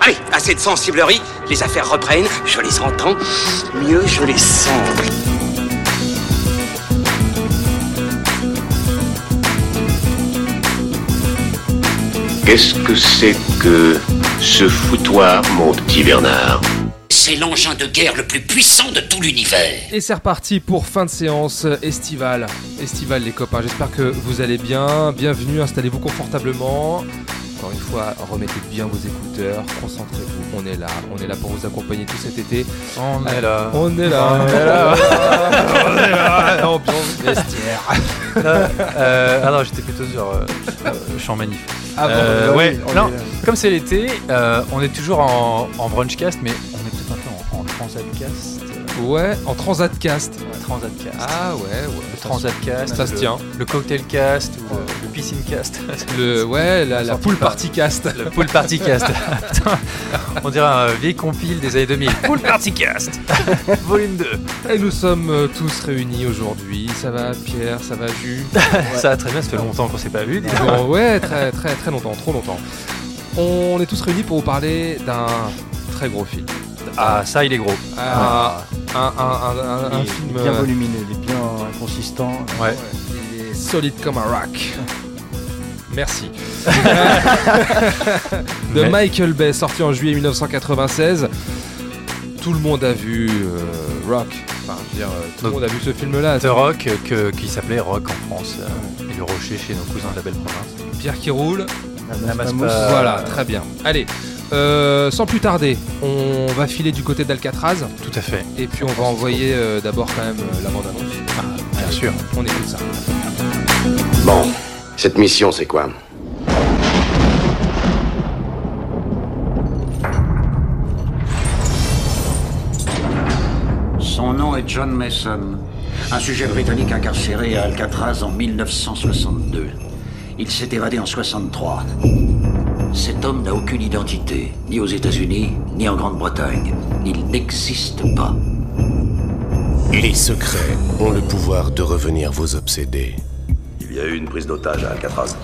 Allez, assez de sensiblerie. Les affaires reprennent. Je les entends. Mieux, je les sens. Qu'est-ce que c'est que ce foutoir, mon petit Bernard C'est l'engin de guerre le plus puissant de tout l'univers. Et c'est reparti pour fin de séance estivale. Estivale les copains, j'espère que vous allez bien. Bienvenue, installez-vous confortablement. Encore une fois, remettez bien vos écouteurs, concentrez-vous. On est là, on est là pour vous accompagner tout cet été. On est là. On est là, on est là, on est là. Ambiance vestiaire. Euh, ah non, j'étais plutôt sur euh, euh, champ manif. Ah bon, Euh, bah oui, ouais, on est non, là. comme c'est l'été, euh, on est toujours en, en brunchcast, mais on est peut-être un peu en, en transatcast. euh, Ouais, en transatcast. transatcast. Ah ouais, ouais. le transatcast. Ça se le- tient. Le cocktailcast ou le, le piscinecast. Le, ouais, la, la Sorti poule par- party cast. Le pool partycast. Putain, on dirait un vieil compile des années 2000. Pool partycast. Volume 2. Et nous sommes euh, tous réunis aujourd'hui. Ça va Pierre, ça va Jules Ça va très bien, ça fait longtemps qu'on s'est pas vu. dis donc. Bon, ouais, très très très longtemps, trop longtemps. On est tous réunis pour vous parler d'un très gros film. Ah, ça, il est gros. Ah, un, un- un- un- un Il est film bien euh, volumineux, il est bien consistant. Ouais. il est solide comme un rock. Merci. de Mais- Michael Bay, sorti en juillet 1996. Tout le monde a vu euh, Rock. Enfin, je veux dire, euh, tout le Donc- monde a vu ce film-là. The Rock, euh, que, qui s'appelait Rock en France, euh, et le Rocher chez nos cousins de la belle province. Pierre qui roule. Namaste Namaste pas. pas. Euh, Voilà, très bien. Allez, euh, sans plus tarder, on va filer du côté d'Alcatraz Tout à fait, et puis on va envoyer euh, d'abord quand même euh, la bande-annonce. bien sûr. On écoute ça. Bon, cette mission, c'est quoi Son nom est John Mason, un sujet britannique incarcéré à Alcatraz en 1962. Il s'est évadé en 63. Cet homme n'a aucune identité, ni aux États-Unis, ni en Grande-Bretagne. Il n'existe pas. Les secrets ont le pouvoir de revenir vous obséder. Il y a eu une prise d'otage à Alcatraz.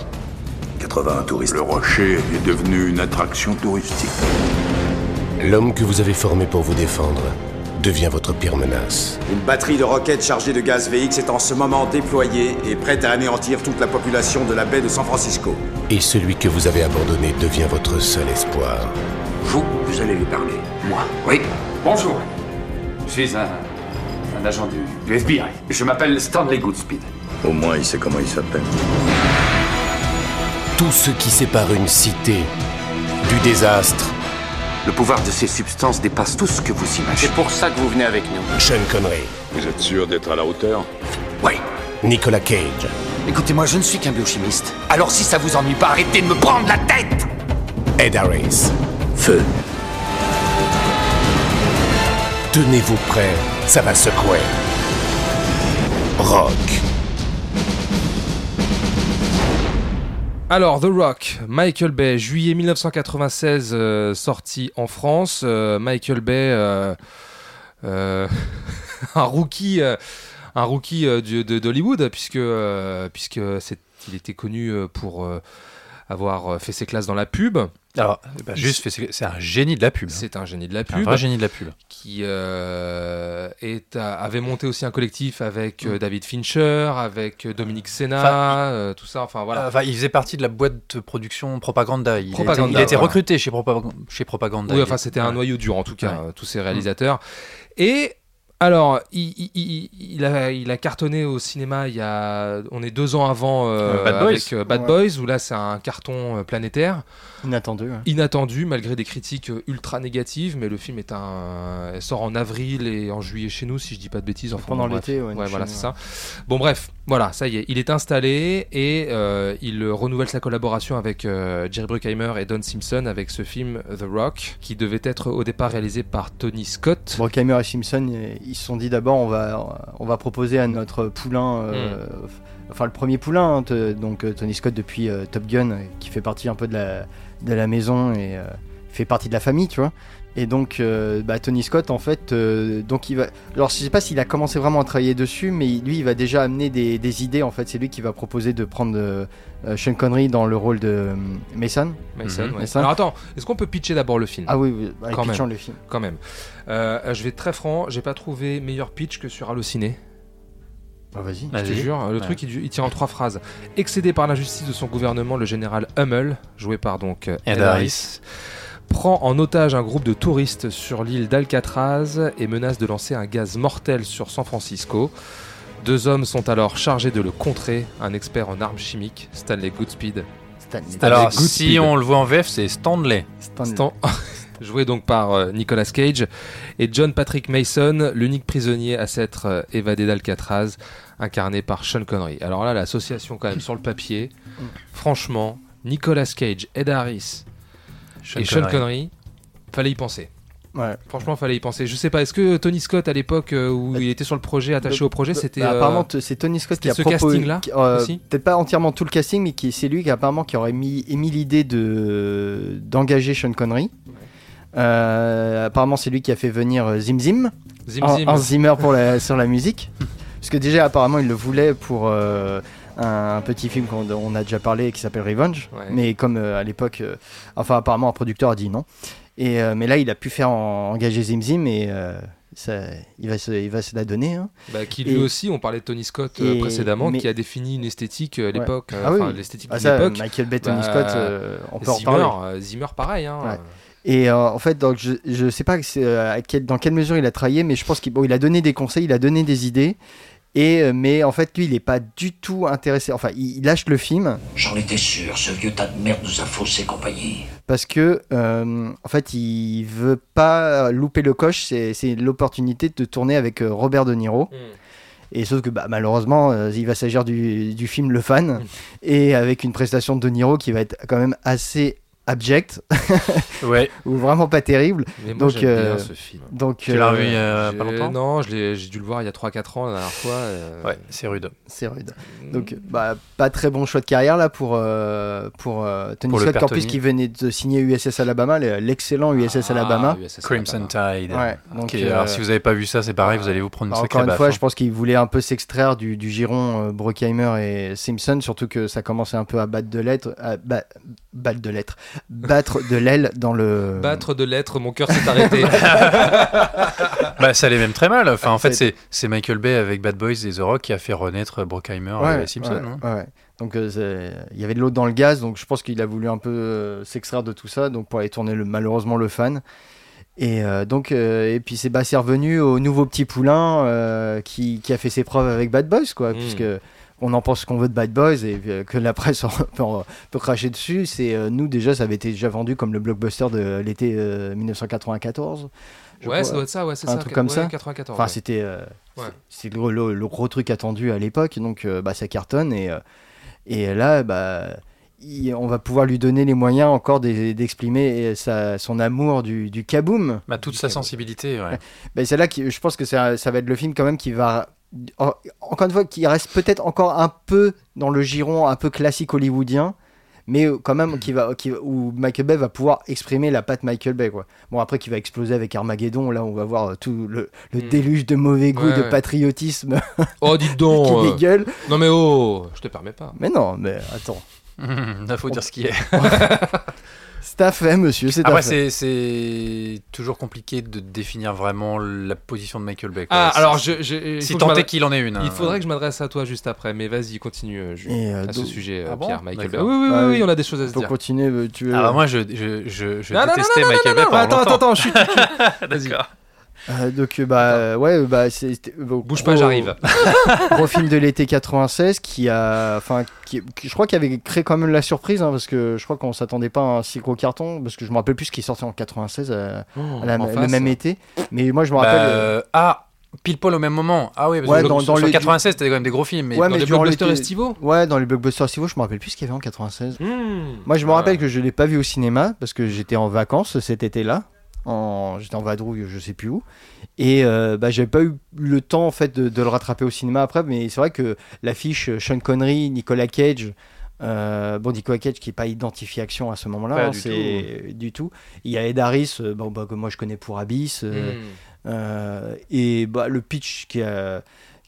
81 touristes. Le rocher est devenu une attraction touristique. L'homme que vous avez formé pour vous défendre devient votre pire menace. Une batterie de roquettes chargées de gaz VX est en ce moment déployée et prête à anéantir toute la population de la baie de San Francisco. Et celui que vous avez abandonné devient votre seul espoir. Vous, vous allez lui parler. Moi Oui. Bonjour. Je suis un, un agent du, du FBI. Je m'appelle Stanley Goodspeed. Au moins, il sait comment il s'appelle. Tout ce qui sépare une cité du désastre. Le pouvoir de ces substances dépasse tout ce que vous imaginez. pour ça que vous venez avec nous. Sean Connery, Vous êtes sûr d'être à la hauteur Oui. Nicolas Cage, Écoutez-moi, je ne suis qu'un biochimiste. Alors si ça vous ennuie pas, arrêtez de me prendre la tête Ed Harris. Feu. Tenez-vous prêts, ça va secouer. Rock. Alors, The Rock, Michael Bay, juillet 1996, euh, sorti en France. Euh, Michael Bay, euh, euh, un rookie, euh, un rookie euh, du- de- d'Hollywood, puisque, euh, puisque c'est- il était connu euh, pour euh, avoir euh, fait ses classes dans la pub. Alors, bah, juste, fait- c'est c'est un génie de la pub. hein. C'est un génie de la C'est un pub. vrai génie de la pub. qui euh, est, à- avait monté aussi un collectif avec euh, David Fincher, avec euh, Dominique Senna, Enfin, euh, tout ça, enfin voilà. Ah, Enfin, il faisait partie de la boîte de production Propaganda. Il Propaganda, était, il a été voilà. recruté chez, Propa- chez Propaganda. oui, Il- enfin c'était un voilà. noyau dur en tout cas, Ouais. euh, tous ces réalisateurs. Et alors, il, il- il- il a, il a cartonné au cinéma, il y a, on est deux ans avant euh, Euh, Bad Boys. avec euh, Bad Ouais. Boys, où là c'est un carton euh, planétaire. Inattendu. ouais. inattendu malgré des critiques euh, ultra négatives mais le film est un elle sort en avril et en juillet chez nous si je dis pas de bêtises enfin, Pendant bon, bref. l'été, ouais, ouais chez voilà nous, c'est ça bon bref voilà ça y est il est installé et euh, il euh, renouvelle sa collaboration avec euh, Jerry Bruckheimer et Don Simpson avec ce film The Rock qui devait être au départ réalisé par Tony Scott Bruckheimer et Simpson, euh, ils se sont dit d'abord on va, on va proposer à notre poulain, euh, f- Hmm. enfin le premier poulain, hein, t- donc euh, Tony Scott depuis euh, Top Gun, euh, qui fait partie un peu de la, de la maison et euh, fait partie de la famille, tu vois. Et donc, euh, bah, Tony Scott, en fait, euh, donc il va. Alors, je sais pas s'il a commencé vraiment à travailler dessus, mais il- lui, il va déjà amener des, des idées. En fait, c'est lui qui va proposer de prendre euh, euh, Sean Connery dans le rôle de euh, Mason. Mason, ouais. Mason. Alors attends, est-ce qu'on peut pitcher d'abord le film Ah oui, oui, allez, quand même. pitchons le film. Quand même. Euh, je vais être très franc, j'ai pas trouvé meilleur pitch que sur Allociné. Ah, vas-y. Je te Vas-y. jure, le Ouais. truc il, du- il tient en trois phrases. Excédé par l'injustice de son gouvernement, le général Hummel, joué par donc euh, Ed Ed Harris, prend en otage un groupe de touristes sur l'île d'Alcatraz et menace de lancer un gaz mortel sur San Francisco. Deux hommes sont alors chargés de le contrer, un expert en armes chimiques, Stanley Goodspeed. Stanley. Alors, Avec Good si Speed. on le voit en VF, c'est Stanley. Stanley. Stan- joué donc par euh, Nicolas Cage et John Patrick Mason, l'unique prisonnier à s'être euh, évadé d'Alcatraz, incarné par Sean Connery. Alors là, l'association quand même sur le papier, franchement, Nicolas Cage, Ed Harris et Sean Connery, fallait y penser. Ouais. Franchement, fallait y penser. Je sais pas, est-ce que Tony Scott à l'époque euh, où il était sur le projet, attaché au projet, Bah, c'était bah, euh, apparemment, t- c'est Tony Scott qui a c'était ce proposé. casting-là, qui- euh, aussi Peut-être pas entièrement tout le casting, mais qui, c'est lui qui apparemment qui aurait mis, émis l'idée de d'engager Sean Connery. Euh, apparemment, c'est lui qui a fait venir euh, Zim Zim, Zim Hans- Zim Hans Zimmer pour la, sur la musique, parce que déjà apparemment il le voulait pour euh, un, un petit film qu'on on a déjà parlé qui s'appelle Revenge, Ouais. mais comme euh, à l'époque, euh, enfin apparemment un producteur a dit non, et euh, mais là il a pu faire en- engager Zim Zim et euh, ça, il va se, il va se la donner. hein. bah, qui lui et- aussi, on parlait de Tony Scott euh, et- précédemment, mais- qui a défini une esthétique euh, à Ouais. l'époque, euh, Ah oui, enfin, oui. l'esthétique Ah, de ça, l'époque. Michael Bay, Tony bah, Scott, euh, on peut en Zimmer, parler. euh, Zimmer, pareil. hein. Ouais. Et euh, en fait, donc, je, je sais pas que c'est, euh, à quel- dans quelle mesure il a travaillé, mais je pense qu'il bon, il a donné des conseils, il a donné des idées. Et, euh, mais en fait, lui, il n'est pas du tout intéressé. Enfin, il, il lâche le film J'en étais sûr, ce vieux tas de merde nous a faussé compagnie. parce que, euh, en fait, il veut pas louper le coche. C'est, c'est l'opportunité de tourner avec euh, Robert De Niro. Et sauf que bah, malheureusement, euh, il va s'agir du, du film Le Fan, et avec une prestation de De Niro qui va être quand même assez abjecte, Ouais. ou vraiment pas terrible. Mais moi, Donc, j'aime euh, bien ce film. Donc, Tu l'as euh, revu euh, J'ai- pas longtemps Non, je l'ai- j'ai dû le voir il y a 3-4 ans la dernière fois. euh, mm. Ouais, c'est rude. c'est rude. Donc, bah, pas très bon choix de carrière là pour, euh, pour euh, Tony Pour le Scott, père en plus Tony. qui venait de signer USS Alabama, le- l'excellent USS Ah, Alabama. USS Crimson Alabama. Tide. Ouais, donc, Qui est- alors, euh, si vous n'avez pas vu ça, c'est pareil, vous allez vous prendre une Alors, sacrée encore une baffe, fois, hein. je pense qu'il voulait un peu s'extraire du, du giron euh, Bruckheimer et Simpson, surtout que ça commençait un peu à battre de lettres, à ba- battre de lettres, battre de l'aile dans le Battre de lettres, mon cœur s'est arrêté. Bah, ça allait même très mal. Enfin, en fait, Ça c'est c'est Michael Bay avec Bad Boys et The Rock qui a fait renaître Brockheimer Ouais, et les Simpsons. hein. ouais, ouais. Donc euh, c'est- il y avait de l'eau dans le gaz, donc je pense qu'il a voulu un peu euh, s'extraire de tout ça, donc pour aller tourner le, malheureusement le fan. Et euh, donc euh, et puis c'est bah, c'est revenu au nouveau petit poulain euh, qui, qui a fait ses preuves avec Bad Boys quoi, Hmm. Mm. puisque on en pense ce qu'on veut de Bad Boys et euh, que la presse peut, en- peut cracher dessus. C'est euh, nous déjà ça avait été déjà vendu comme le blockbuster de l'été euh, 1994. je ouais, crois. ça doit être ça, ouais, c'est un ça. truc que- comme ouais, ça. 94. Enfin, ouais. c'était euh, Ouais. c'est le, le- le gros truc attendu à l'époque, donc euh, bah, ça cartonne et, euh, et là, bah, il- on va pouvoir lui donner les moyens encore d'e- d'exprimer euh, sa- son amour du, du kaboom. Bah, toute sa sensibilité, ouais. Bah, c'est là que je pense que ça, ça va être le film quand même qui va en- encore une fois qui reste peut-être encore un peu dans le giron un peu classique hollywoodien. Mais euh, quand même, qui va, qui, où Michael Bay va pouvoir exprimer la patte Michael Bay. Quoi. Bon, après, qui va exploser avec Armageddon, là, on va voir euh, tout le, le Mm. déluge de mauvais goût, Ouais, de ouais. patriotisme Oh, dites qui donc. euh, dégueule. Non, mais oh, je te permets pas. Mais non, mais attends. Il faut dire ce qui est. C'est à fait, monsieur, c'est Ah, à Après, c'est- fait. c'est toujours compliqué de définir vraiment la position de Michael Bay. quoi. Ah, C'est- alors, je. je- il Si faut euh, que je tant est m'adresse- qu'il en ait une. hein. Il faudrait que je m'adresse à toi juste après, mais vas-y, continue euh, Jules, Et, euh, à ce donc- sujet, euh, Ah bon Pierre, Michael Bay. D'accord. Oui, oui, oui, Ah oui, oui. on a des choses à se Faut dire. continuer, euh, tu Ah, veux. bah, Alors, Ah, bah, moi, je, je, je, je Non, non, non, détestais Michael Bay non, pendant attends, attends, longtemps. attends, chut, chut, chut. Vas-y. Euh, donc, euh, bah, euh, ouais, euh, bah, c'est. c'était- euh, Bouge gros- pas, j'arrive. Gros film de l'été 96 qui a. Enfin, qui, qui- je crois qu'il avait créé quand même la surprise, hein, parce que je crois qu'on s'attendait pas à un si gros carton, parce que je me rappelle plus ce qui est sorti en 96, euh, à la- En le face. même été. Mais moi, je me Bah, rappelle. euh, euh, ah, pile poil au même moment. Ah oui, parce Ouais, que dans- sur- dans sur les- 96, c'était quand même des gros films. Mais Ouais, Dans mais les durant blockbusters l'été- estivaux Ouais, dans les blockbusters si vous, je me rappelle plus ce qu'il y avait en 96. Hmm. Mmh. Moi, je me Ouais. rappelle que je l'ai pas vu au cinéma parce que j'étais en vacances cet été-là. En... J'étais en vadrouille, je sais plus où. Et euh, bah, j'avais pas eu le temps en fait de, de le rattraper au cinéma après. Mais c'est vrai que l'affiche euh, Sean Connery, Nicolas Cage, Euh, Bondy Cage qui n'est pas identifié action à ce moment-là, Pas hein, du c'est du tout. Il y a Ed Harris, euh, bon, bah, que moi je connais pour Abyss, euh, Hmm. euh, et bah, le pitch qui a,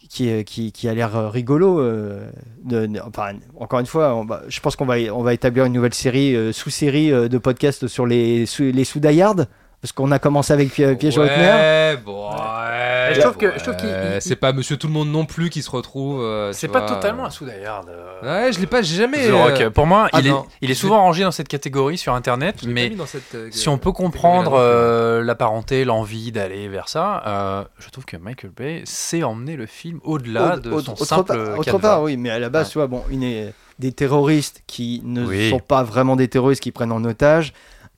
qui, est- qui, qui a l'air euh, rigolo. euh, de, de- enfin, encore une fois, on va- je pense qu'on va, on va établir une nouvelle série, euh, sous-série euh, de podcasts sur les, sous, les Soudaillards, parce qu'on a commencé avec euh, Piège à haute mer. ouais, bon, ouais, Je trouve que- je trouve qu'il- ouais, il- C'est pas Monsieur Tout le Monde non plus qui se retrouve. euh, tu C'est pas vois, totalement euh. un soudaillard. Ouais, je l'ai pas j'ai jamais. The Rock, euh, pour moi, ah il, est, non. il est souvent rangé dans cette catégorie sur Internet, je l'ai pas mais mis dans cette, euh, si on catégorie-là non peut comprendre plus. euh, la parenté, l'envie d'aller vers ça, euh, je trouve que Michael Bay sait emmener le film au-delà Autre- de autre- son autre simple part- autre canevas. part, oui, mais à la base, Ouais. tu vois, bon, une est- des terroristes qui ne Oui. sont pas vraiment des terroristes qui prennent en otage.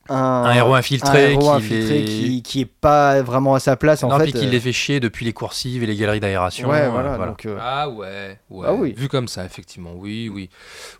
Un, Un héros infiltré un héros qui infiltré les- qui, qui est pas vraiment à sa place en Non, fait. euh, puis qu'il les fait euh, chier depuis les coursives et les galeries d'aération. Ouais, euh, voilà, donc, euh, Ah ouais, ouais. Ah oui. Vu comme ça, effectivement, oui, oui.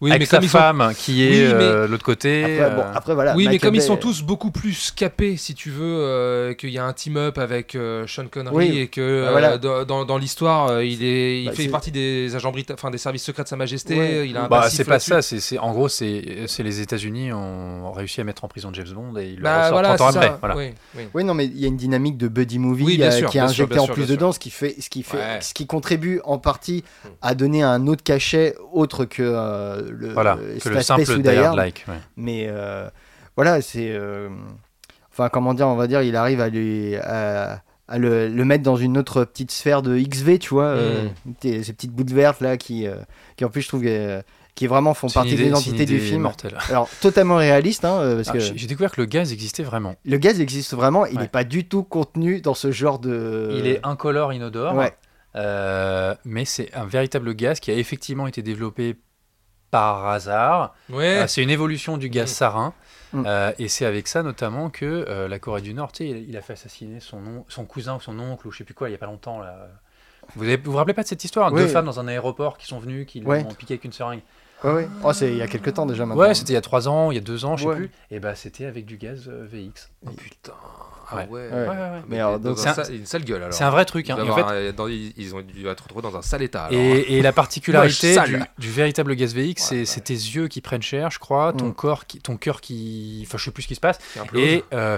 oui Avec sa ils sont- femme qui est Oui, mais- euh, de l'autre côté. après, bon, euh, après, voilà. oui, mais Michael comme ils Bay- euh. sont tous beaucoup plus scapés, si tu veux, euh, qu'il y a un team-up avec euh, Sean Connery Oui. Bah et que euh, voilà. dans, dans- dans l'histoire, euh, il, est, il Bah, fait c'est- partie des agents brita- enfin des services secrets de Sa Majesté. Ouais. Il a un Bah, passif c'est pas là-dessus. ça, c'est c'est- en gros, c'est c'est les États-Unis ont réussi à mettre en prison James Bond et il le Bah, ressort voilà, 30 ans c'est après. ça. voilà. Oui, oui. Oui, non, mais il y a une dynamique de buddy movie Oui, bien euh, sûr, qui est bien sûr, injectée bien en sûr, plus bien dedans, ce qui fait, ce qui fait, Ouais. ce qui contribue en partie à donner un autre cachet autre que euh, le, Voilà, euh, que cet le aspect simple sous Die Hard Hard. Like. ouais. Mais euh, voilà, c'est. euh, enfin, comment dire, on va dire, il arrive à lui. à- à le, le mettre dans une autre petite sphère de XV, tu vois, euh, Mm. t'es- ces petites boules vertes là qui, euh, qui en plus je trouve euh, qui vraiment font C'est une partie idée- de c'est l'identité une du idée film. mortelle. Alors totalement réaliste, hein, euh, parce Ah, que J'ai j'ai découvert que le gaz existait vraiment. le gaz existe vraiment, il n'est Ouais. pas du tout contenu dans ce genre de. Il est incolore, inodore, Euh, Ouais. euh, mais c'est un véritable gaz qui a effectivement été développé par hasard. Ouais. Euh, c'est une évolution du gaz sarin. Mm. euh, et c'est avec ça notamment que euh, la Corée du Nord, tu sais, il, il a fait assassiner son, on- son cousin ou son oncle ou je sais plus quoi il y a pas longtemps. Là. Vous, avez- vous vous rappelez pas de cette histoire Oui. Deux femmes dans un aéroport qui sont venues, qui l'ont Ouais. piqué avec une seringue. Ouais, ouais. Oh, c'est il y a quelques temps déjà maintenant. Ouais, c'était il y a trois ans, il y a deux ans, je sais Ouais. plus. Et bah c'était avec du gaz euh, VX. Oh, putain. Ah Ouais. ouais. Ouais. ouais. Mais alors, donc, c'est c'est un- une sale gueule alors. C'est un vrai truc. Ils hein. doivent Et en fait, avoir, euh, dans- ils, ils ont dû être retrouvés dans un sale état. alors. hein. Et, et la particularité Moche, du, sale. du véritable gaz VX, c'est Ouais, c'est tes yeux qui prennent cher, je crois, ton Mm. corps, qui, ton cœur qui, enfin, je sais plus ce qui se passe. C'est un peu Et euh,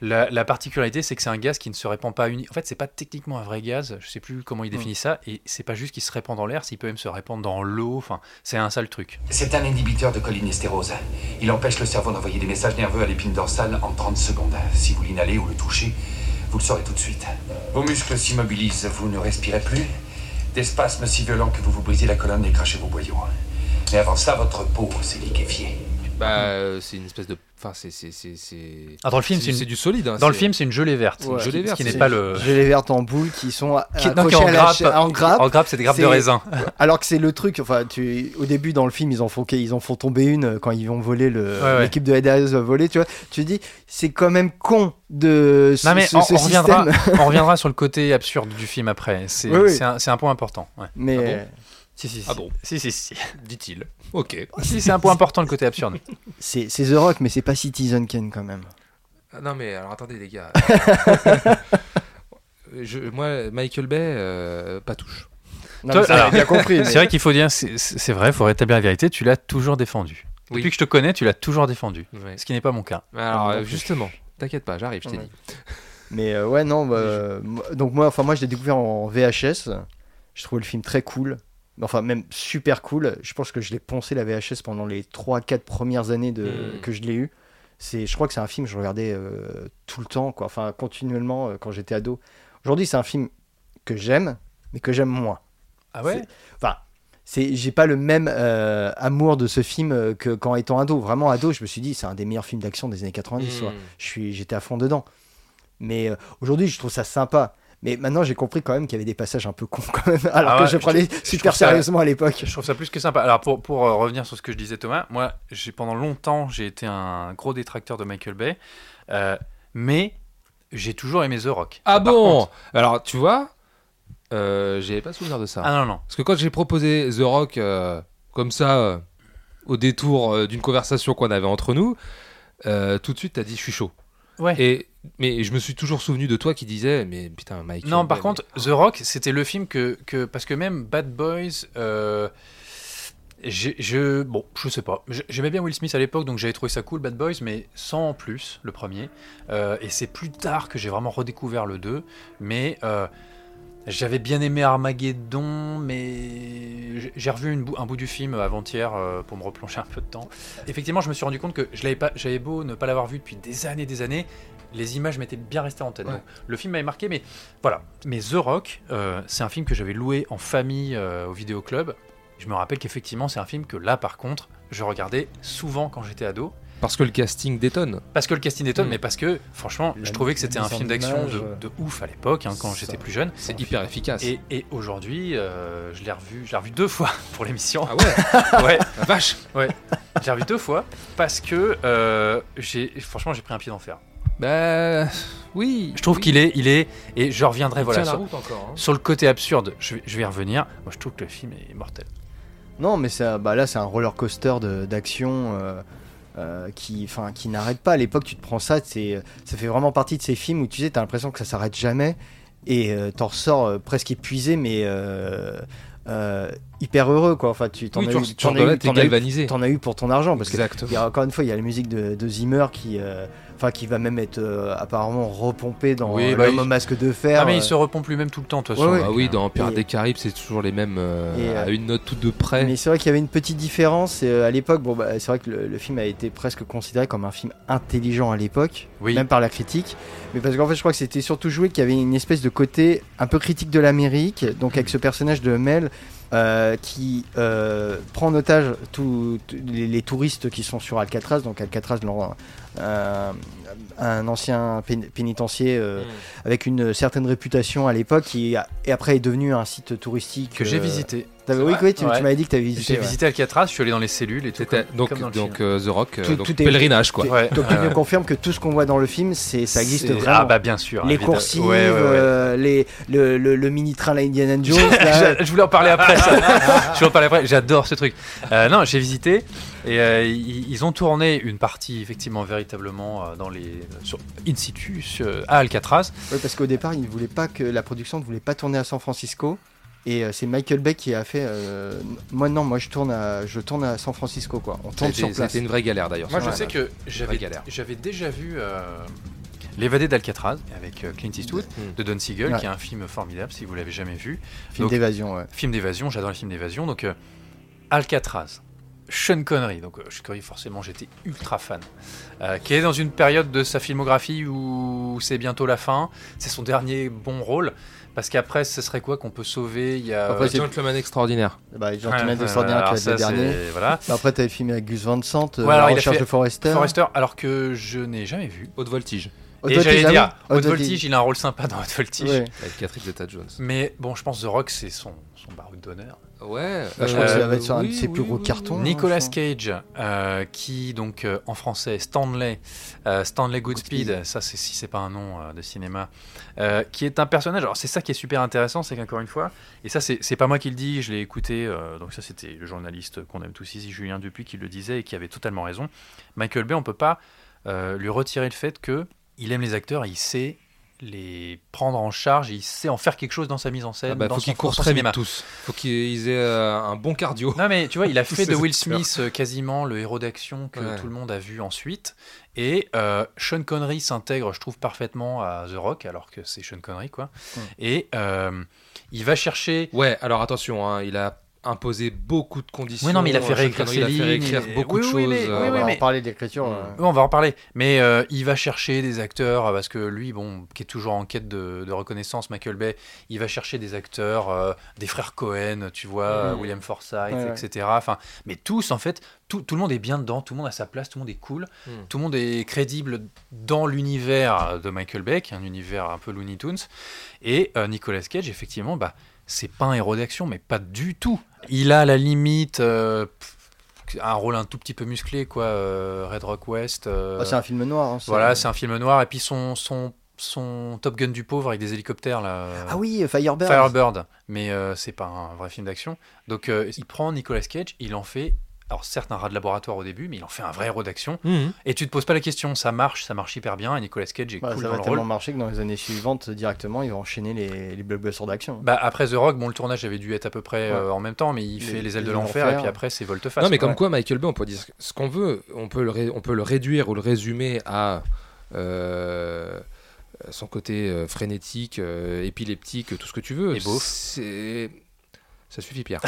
la, la particularité, c'est que c'est un gaz qui ne se répand pas. Uni... En fait, c'est pas techniquement un vrai gaz. Je sais plus comment ils Mm. définissent ça. Et c'est pas juste qu'il se répand dans l'air, s'il peut même se répandre dans l'eau. Enfin, c'est un sale truc. C'est un inhibiteur de cholinestérose. Il empêche le cerveau d'envoyer des messages nerveux à l'épine dorsale en 30 secondes. Si vous l'inhalez ou le touchez, vous le saurez tout de suite. Vos muscles s'immobilisent, vous ne respirez plus. Des spasmes si violents que vous vous brisez la colonne et crachez vos boyaux. Mais avant ça, votre peau s'est liquéfiée. Bah, euh, c'est une espèce de. Enfin, c'est. c'est- c'est- c'est- Ah, dans le film, c'est une- du solide. hein, Dans le c'est- film, c'est une gelée verte. Ouais. Ce qui- Gelée ce verte, qui n'est c'est- pas le. J'ai les vertes en boule qui sont à- Qui- non, accrochées qui est en à la grappe. cha- en grappe. En grappe, c'est des grappes de C'est- raisin. Alors que c'est le truc, enfin, tu, au début dans le film, ils en font, ils en font tomber une euh, quand ils vont voler le- Ouais, ouais. l'équipe de Head House va voler, tu vois. Tu dis, c'est quand même con de ce, Non mais ce- on, ce on reviendra, système. on reviendra sur le côté absurde du film après. C'est Oui, oui. c'est un, c'est un point important. ouais. Mais Si si si. Ah bon si si si. Dit-il. Ok. Ah, Si, c'est un point important le côté absurde. c'est c'est The Rock, mais c'est pas Citizen Kane quand même. Ah, Non mais alors attendez les gars. Je- moi, Michael Bay, euh, pas touche. Non, Toi- mais ça, alors, j'ai bien compris. mais- C'est vrai qu'il faut dire, c'est- c'est c'est vrai, il faut rétablir la vérité. Tu l'as toujours défendu. Oui. Depuis que je te connais, tu l'as toujours défendu. Ouais. Ce qui n'est pas mon cas. Alors non euh, plus. justement, t'inquiète pas, j'arrive, je t'ai Ouais. dit. Mais euh, ouais, non. bah, euh, moi- donc moi, enfin moi, je l'ai découvert en VHS. Je trouvais le film très cool. Enfin, même super cool. Je pense que je l'ai poncé la VHS pendant les 3-4 premières années de, Mm. que je l'ai eu. C'est, je crois que c'est un film que je regardais euh, tout le temps, quoi. Enfin, continuellement euh, quand j'étais ado. Aujourd'hui, c'est un film que j'aime, mais que j'aime moins. Ah ouais Enfin, c'est, j'ai pas le même euh, amour de ce film euh, que quand étant ado. Vraiment ado, je me suis dit, c'est un des meilleurs films d'action des années Hmm. 90. quoi. Mm. Je suis, j'étais à fond dedans. Mais euh, aujourd'hui, je trouve ça sympa. Mais maintenant, j'ai compris quand même qu'il y avait des passages un peu cons quand même, alors Ah que ouais, je prenais je- je super trouve ça- sérieusement à l'époque. Je trouve ça plus que sympa. Alors pour, pour euh, revenir sur ce que je disais Thomas, moi j'ai pendant longtemps j'ai été un gros détracteur de Michael Bay, euh, mais j'ai toujours aimé The Rock. Ah Par bon contre- Alors tu vois, euh, j'avais pas souvenir de ça. Ah non non. Parce que quand j'ai proposé The Rock euh, comme ça, euh, au détour euh, d'une conversation qu'on avait entre nous, euh, tout de suite t'as dit je suis chaud. Ouais. Et mais je me suis toujours souvenu de toi qui disais mais putain Michael. Non, par Bay, contre, The Rock, c'était le film que, que- Parce que même Bad Boys. euh, J'ai- je, bon, je sais pas. Je- J'aimais bien Will Smith à l'époque, donc j'avais trouvé ça cool, Bad Boys, mais sans en plus, le premier. Euh, et c'est plus tard que j'ai vraiment redécouvert le 2. Mais euh, j'avais bien aimé Armageddon, mais j'ai- j'ai revu une bou- un bout du film avant-hier euh, pour me replonger un peu de temps. Effectivement, je me suis rendu compte que je l'avais pas- j'avais beau ne pas l'avoir vu depuis des années des années, les images m'étaient bien restées en tête. Donc, le film m'avait marqué, mais voilà. Mais The Rock, euh, c'est un film que j'avais loué en famille euh, au vidéoclub. Je me rappelle qu'effectivement, c'est un film que là, par contre, je regardais souvent quand j'étais ado. Parce que le casting détonne. Parce que le casting détonne, Mm. mais parce que, franchement, je trouvais que c'était un mise en film d'action de, image, de ouf à l'époque, hein, quand ça- j'étais plus jeune. C'est hyper efficace. Et, et aujourd'hui, euh, je l'ai revu, je l'ai revu deux fois pour l'émission. Ah ouais Ouais. La vache Ouais. J'ai revu deux fois parce que, euh, j'ai, franchement, j'ai pris un pied d'enfer. Bah oui. Je trouve oui. qu'il est, il est, et je reviendrai Il voilà tient la sur, route encore, hein. sur le côté absurde. Je vais, je vais y revenir. Moi, je trouve que le film est mortel. Non, mais ça, bah là, c'est un roller coaster de- d'action euh, euh, qui, enfin, qui n'arrête pas. À l'époque, tu te prends ça, c'est, ça fait vraiment partie de ces films où tu sais, t'as l'impression que ça s'arrête jamais et euh, t'en ressors euh, presque épuisé, mais euh, euh, hyper heureux, quoi. Enfin, tu t'en Oui, as tu eu, re- tu t'en as redonnes, eu- t'es t'en as eu- galvanisé. T'en as eu pour ton argent, parce Exact. que il y a encore une fois, il y a la musique de, de Zimmer qui, euh, enfin, qui va même être euh, apparemment repompée dans Oui, le bah, il- masque de fer. Ah, mais euh. il se repompe lui-même tout le temps, de toute Ouais, façon. ouais. Ah oui, dans Pirates Et- des Caraïbes, c'est toujours les mêmes euh, Et, euh, à une note toute de près. Mais c'est vrai qu'il y avait une petite différence. et, euh, à l'époque, bon, bah, c'est vrai que le, le film a été presque considéré comme un film intelligent à l'époque, Oui. même par la critique. Mais parce qu'en fait, je crois que c'était surtout joué qu'il y avait une espèce de côté un peu critique de l'Amérique, donc avec ce personnage de Mel. euh, qui euh, prend en otage tous tous les, les touristes qui sont sur Alcatraz, donc Alcatraz, l'en- euh, un ancien pén- pénitencier Mm. euh, avec une certaine réputation à l'époque, qui a- et après est devenu un site touristique Que j'ai euh, visité. T'avais- C'est oui, vrai. oui, tu, tu Ouais. m'avais dit que tu avais J'ai visité. ouais. visité Alcatraz, je suis allé dans les cellules et tout. C'était- comme- donc comme dans le donc film. euh, The Rock, euh, Tout- donc tout est- pèlerinage quoi. Tu- Ouais. Donc il Ah Ouais. nous confirme que tout ce qu'on voit dans le film, c'est ça existe C'est- vraiment. Ah bah bien sûr. les évidemment. coursives, Ouais, ouais, ouais. euh, les, le, le- le mini-train à la Indiana Jones. là. Je- je voulais en parler après. ça. je voulais en parler après. J'adore ce truc. Euh, non, j'ai visité et euh, ils, ils ont tourné une partie effectivement véritablement euh, dans les sur, in situ sur- à Alcatraz. Ouais, parce qu'au départ, ils ne voulaient pas que la production ne voulait pas tourner à San Francisco. Et euh, c'est Michael Bay qui a fait. euh, moi non, moi je tourne à, je tourne à San Francisco quoi. On tourne sur C'était place. c'était une vraie galère d'ailleurs. Moi, ça. je sais que j'avais galère. j'avais déjà vu euh, L'évadé d'Alcatraz avec euh, Clint Eastwood Mm. de Don Siegel, Ouais. qui est un film formidable si vous l'avez jamais vu. Film Hmm. Donc, d'évasion. Ouais. Film d'évasion, j'adore les films d'évasion. Donc, euh, Alcatraz, Sean Connery, donc euh, Sean Connery, forcément, j'étais ultra fan, euh, qui est dans une période de sa filmographie où c'est bientôt la fin. C'est son dernier bon rôle. Parce qu'après, ce serait quoi qu'on peut sauver Il y a. Après, c'est Euh, Gentleman extraordinaire. Bah, Ouais, Gentleman ouais, extraordinaire alors qui va ça, être le dernier. c'est- Voilà. Bah, après, t'avais filmé avec Gus Van Sant, euh, Ouais, alors, La il a recherche fait de Forrester. Forrester, alors que je n'ai jamais vu. Haute voltige. Haute Et Voltige, j'allais ah oui, dire, Haute Haute Voltige, il a un rôle sympa dans Haute Voltige. Ouais. Avec Catherine Zeta-Jones. Mais bon, je pense The Rock, c'est son, son baroud d'honneur. Ouais. Bah, je crois que Euh, ça va être sur un de oui, ses plus oui, gros oui, cartons. hein, Nicolas je crois. Cage, euh, qui donc euh, en français Stanley, euh, Stanley Goodspeed, ça c'est si c'est pas un nom euh, de cinéma, euh, qui est un personnage. Alors c'est ça qui est super intéressant, c'est qu'encore une fois, et ça c'est c'est pas moi qui le dis, je l'ai écouté. euh, donc ça c'était le journaliste qu'on aime tous ici, Julien Dupuis, qui le disait et qui avait totalement raison. Michael Bay, on peut pas euh, lui retirer le fait que il aime les acteurs, et il sait les prendre en charge, et il sait en faire quelque chose dans sa mise en scène, Ah bah, dans faut son- qu'ils courent dans son très cinéma. vite tous. Faut qu'ils aient euh, un bon cardio. Non mais tu vois, il a Tous fait de ces Will acteurs. Smith euh, quasiment le héros d'action que Ouais. tout le monde a vu ensuite. Et euh, Sean Connery s'intègre, je trouve, parfaitement à The Rock, alors que c'est Sean Connery, quoi. Et euh, il va chercher... Ouais, alors attention, hein, il a imposé beaucoup de conditions. Oui, non, mais il a fait Sean réécrire Connery, ses Il a fait lignes, réécrire et- beaucoup de oui, choses. oui, mais- On euh, oui, va oui, en mais- parler de l'écriture. euh. Ouais, on va en reparler. Mais euh, il va chercher des acteurs, euh, parce que lui, bon, qui est toujours en quête de, de reconnaissance, Michael Bay, il va chercher des acteurs, euh, des frères Cohen, tu vois, euh, William Forsythe, Ouais, ouais. etc. Enfin, mais tous, en fait, tout, tout le monde est bien dedans, tout le monde a sa place, tout le monde est cool, Hmm. Mm. tout le monde est crédible dans l'univers de Michael Bay, qui est un univers un peu Looney Tunes. Et euh, Nicolas Cage, effectivement, bah, c'est pas un héros d'action, mais pas du tout. Il a à la limite euh, pff, un rôle un tout petit peu musclé, quoi. euh, Red Rock West. euh, Ah, c'est un film noir. hein, voilà, c'est un film noir. Et puis son, son, son Top Gun du pauvre avec des hélicoptères, là. Ah oui, Firebird. Firebird, mais euh, c'est pas un vrai film d'action. Donc euh, il prend Nicolas Cage, il en fait alors certes un rat de laboratoire au début, mais il en fait un vrai héros d'action. Mhm. Et tu te poses pas la question, ça marche, ça marche hyper bien, et Nicolas Cage est Bah, cool ça dans va le tellement rôle. marcher que dans les années suivantes, directement, ils vont enchaîner les, les blockbusters d'action. Bah, après The Rock, bon, le tournage avait dû être à peu près Ouais. euh, en même temps, mais il Les- fait Les ailes les de ailes l'enfer, d'enfer. et puis après c'est volte-face. Non, mais comme Ouais. quoi, Michael Bay, on peut dire ce- ce qu'on veut. On peut, le ré- on peut le réduire ou le résumer à euh, son côté euh, frénétique, euh, épileptique, tout ce que tu veux. Et beauf. C'est- Ça suffit, Pierre.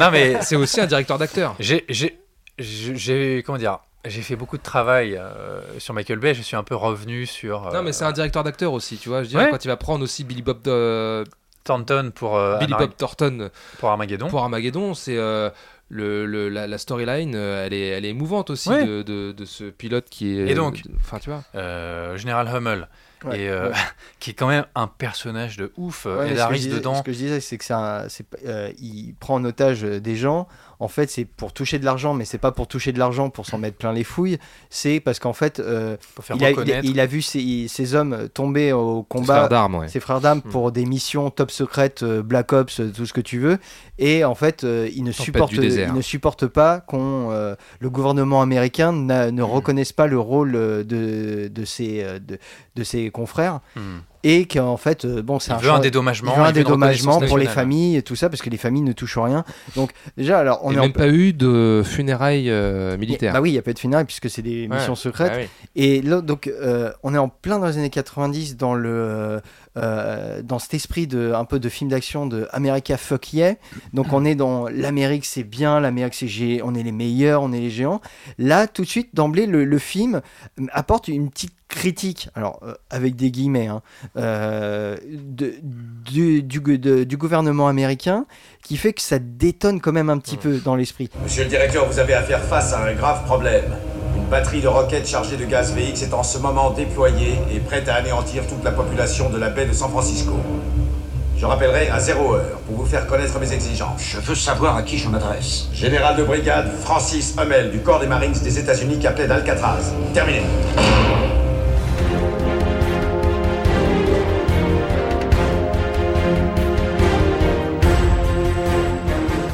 non, mais C'est aussi un directeur d'acteur. J'ai, j'ai, j'ai- j'ai- comment dire, j'ai fait beaucoup de travail euh, sur Michael Bay. Je suis un peu revenu sur euh, Non, mais c'est un directeur d'acteur aussi, tu vois. Je dirais Ouais. quand il va prendre aussi Billy Bob, euh, Thornton pour, euh, Billy Anar- Bob Thornton pour Armageddon. pour Armageddon, c'est euh, le, le- la, la storyline, euh, elle est, elle est émouvante aussi Ouais. de, de- de ce pilote qui est. Et donc de- Enfin, tu vois. euh, Général Hummel Ouais, et euh, ouais. qui est quand même un personnage de ouf. euh, Ouais, Ed mais ce, que je Harris disais, dedans. ce que je disais, c'est que c'est un- c'est pas- euh, il prend en otage euh, des gens. En fait, c'est pour toucher de l'argent, mais c'est pas pour toucher de l'argent pour s'en mettre plein les fouilles. C'est parce qu'en fait, euh, Pour faire il, a, il a- reconnaître. il a vu ces, ces hommes tomber au Frère combat d'armes, ouais. ses frères d'armes pour des missions top secrètes, euh, Black Ops, euh, tout ce que tu veux. Et en fait, euh, ils, ne Tempête supportent, du désert. ils ne supportent pas qu'on euh, le gouvernement américain n'a- ne reconnaisse pas le rôle euh, de, de, ses, euh, de, de ses confrères. Hmm. Et qu'en fait, euh, bon, c'est Il un veut un champ- dédommagement. il veut un il veut une dédommagement reconnaissance pour les nationale. familles et tout ça, parce que les familles ne touchent rien. Donc, déjà, alors, on Il est n'y a en- même pas eu de funérailles euh, militaires. Bah oui, il n'y a pas de funérailles puisque c'est des Ouais. missions secrètes. Ah oui. Et là, donc, euh, on est en plein dans les années 90, dans, le, euh, dans cet esprit de, un peu de film d'action de America fuck yeah. Donc, on est dans l'Amérique, c'est bien, l'Amérique, c'est gé- on est les meilleurs, on est les géants. Là, tout de suite, d'emblée, le, le film apporte une petite critique, alors euh, avec des guillemets, hein, euh, de- du, du, gu- de- du gouvernement américain, qui fait que ça détonne quand même un Mmh. petit peu dans l'esprit. Monsieur le directeur, vous avez à faire face à un grave problème. Une batterie de roquettes chargée de gaz VX est en ce moment déployée et prête à anéantir toute la population de la baie de San Francisco. Je rappellerai à zéro heure pour vous faire connaître mes exigences. Je veux savoir à qui je m'adresse. Général de brigade Francis Hummel du corps des Marines des États-Unis qui appelait d'Alcatraz. Terminé.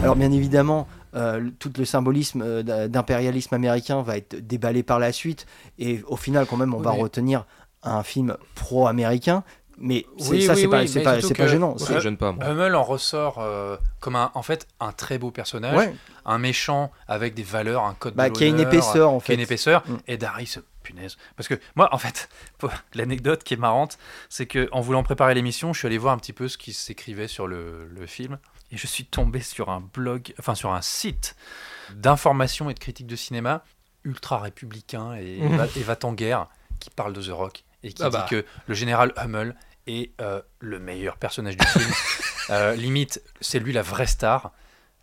Alors bien évidemment, euh, le- tout le symbolisme euh, d- d'impérialisme américain va être déballé par la suite, et au final quand même on Oui, va mais- retenir un film pro-américain, mais c'est- Oui, ça oui, c'est pas, oui, c'est mais pas- surtout c'est pas que- gênant. Ça Ouais. ne me gêne pas, moi. Hummel en ressort euh, comme un, en fait un très beau personnage, Ouais. un méchant avec des valeurs, un code. Bah, de qui a une l'honneur, épaisseur, en Qui a une fait. épaisseur. Mm. Et Darius, punaise. Parce que moi, en fait, pour- l'anecdote qui est marrante, c'est que en voulant préparer l'émission, je suis allé voir un petit peu ce qui s'écrivait sur le, le film. Et je suis tombé sur un blog, enfin sur un site d'information et de critique de cinéma ultra républicain et, Mm. va, et va-t-en guerre qui parle de The Rock et qui Ah dit bah. que le général Hummel est euh, le meilleur personnage du film. Euh, limite, c'est lui la vraie star,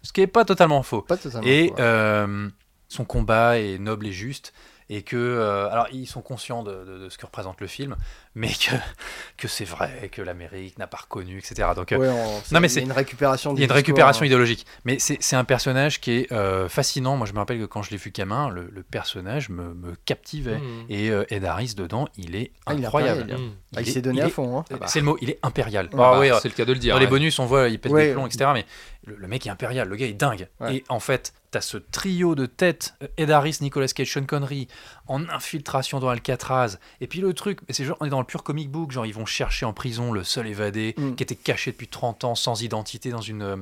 ce qui est pas totalement faux. Pas totalement, et quoi. euh, son combat est noble et juste, et que euh, alors ils sont conscients de, de- de ce que représente le film, mais que que c'est vrai que l'Amérique n'a pas reconnu, etc. Donc euh, Ouais, on- Non, mais il y c'est- a une récupération. il du y a une discours, récupération hein. idéologique. Mais c'est c'est un personnage qui est euh, fascinant. Moi, je me rappelle que quand je l'ai vu gamin, le, le personnage me, me captivait. Mm. Et euh, Ed Harris, dedans, il est Ah, il est incroyable. incroyable. Mm. Ah, il est- s'est donné il à est- fond. hein. C'est le mot, il est impérial. Ah Ah bah, oui, c'est le cas de le dire. Dans les ouais. bonus, on voit, il pète Ouais. des plombs, etc. Mais le, le mec est impérial, le gars est dingue. Ouais. Et en fait, t'as ce trio de têtes, euh, Ed Harris, Nicolas Cage, Sean Connery, en infiltration dans Alcatraz. Et puis le truc, mais c'est genre, on est dans le pur comic book, genre ils vont chercher en prison le seul évadé Mm. qui était caché depuis 30 ans sans identité dans une, euh,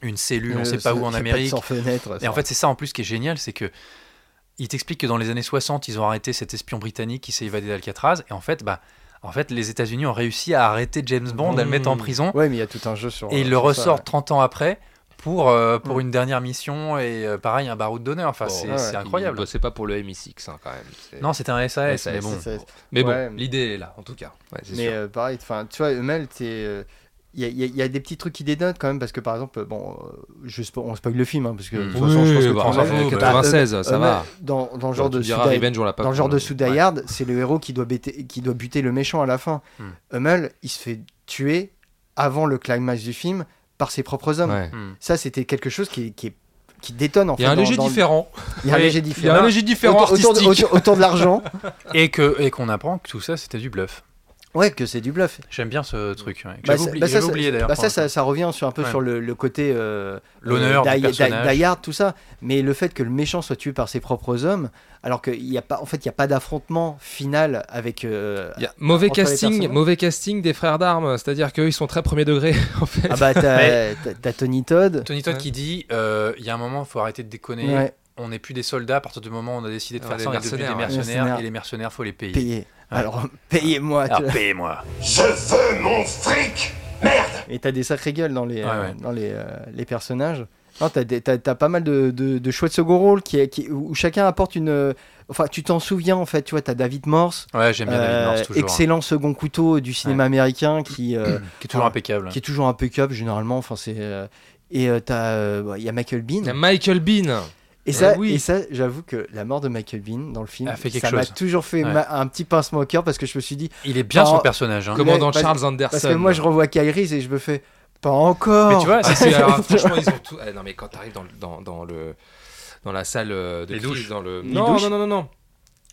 une cellule, on Euh, sait pas ça- où en ça pète Amérique. Sans fenêtre. Et en fait, c'est ça en plus qui est génial, c'est que il t'explique que dans les années 60, ils ont arrêté cet espion britannique qui s'est évadé d'Alcatraz. Et en fait, bah, en fait, les États-Unis ont réussi à arrêter James Bond, à le Mm. mettre en prison. Ouais, mais il y a tout un jeu sur. Et euh, il le sur ça, ressort ouais. 30 ans après pour, euh, pour une dernière mission et euh, pareil, un barreau de d'honneur. Enfin, Bon, Oh. c'est ouais, c'est ouais. incroyable. Il bossait pas pour le MI6 hein, quand même. C'est- Non, c'était un SAS, SAS, mais bon. C'est- c'est- mais bon, ouais, mais- l'idée est là, en tout cas. Ouais, c'est Mais sûr. euh, pareil, enfin, tu vois, Hummel, il y, a- y a- y a des petits trucs qui dénotent quand même, parce que par exemple, bon, euh, je spo- on spoil le film, hein, parce que de toute Oui, façon, je pense que bah, t'as- on s'en t'as- fout, t'as- 96, Hummel- ça va. euh, Dans, dans le genre Tu de diras Sud- Revenge, on l'a pas dans le genre de pour- sous Ouais. c'est le héros qui doit, bêter- qui doit buter le méchant à la fin. Hmm. Hummel, il se fait tuer avant le climax du film par ses propres hommes. Ouais. Hmm. Ça, c'était quelque chose qui, qui, est- qui détonne en Il y fait, a un dans- léger dans- différent. Il y a un Oui, léger Il y a différent. un léger différent Autour, autour de- artistique. autour- autour de l'argent. Et que- et qu'on apprend que tout ça, c'était du bluff. Ouais, que c'est du bluff. J'aime bien ce truc. ouais, que Bah, J'avais ça- oublié, bah, ça, j'avais ça- oublié d'ailleurs. bah, pour ça, l'instant. ça, ça revient sur un peu Ouais. sur le, le côté euh, L'honneur euh, du die- die- personnage. die hard, tout ça. Mais le fait que le méchant soit tué par ses propres hommes, alors qu'il n'y a pas, en fait, il y a pas d'affrontement final avec. euh, Il y a mauvais entre les casting, personnages. mauvais casting des frères d'armes, c'est-à-dire qu'eux ils sont très premier degré en fait. Ah bah t'as Mais- t'as- t'as Tony Todd. Tony Todd Ouais. qui dit euh, il y a un moment, il faut arrêter de déconner. Ouais. On n'est plus des soldats à partir du moment où on a décidé de Ouais, faire des ça, on est devenus des mercenaires, ouais. mercenaires et Mercenaires. les mercenaires, faut les payer. Ah, Payé. Alors payez-moi. tu Alors, vois. payez-moi. Je veux mon fric Merde Et t'as des sacrées gueules dans les, Ouais, euh, ouais. Dans les, euh, les personnages. Non, t'as, des- t'as- t'as pas mal de, de, de chouettes second rôles qui, qui- où chacun apporte une. euh, Enfin, tu t'en souviens en fait, tu vois, t'as David Morse, Ouais, j'aime bien David Morse euh, toujours. hein, excellent second couteau du cinéma américain qui, euh, qui est toujours ah, impeccable. qui est toujours impeccable généralement. Enfin, c'est, euh, et euh, t'as, euh, bah, il y a Michael Bean. Il y a Michael Bean. Et ça, Eh oui. et ça j'avoue que la mort de Michael Bean dans le film, A fait quelque ça m'a chose. toujours fait Ouais. ma- un petit pincement au cœur parce que je me suis dit, Il est bien Ah, son personnage. hein. comme- Commandant parce- Charles parce Anderson. que moi je revois Kyrie et je me fais pas encore. Mais tu vois, Ah, c'est- c'est- alors, franchement, ils ont tout. Eh, non, mais quand t'arrives dans, le- dans, dans le dans la salle euh, de Les crise, douches. dans le Les non, douches. non, non, non, non.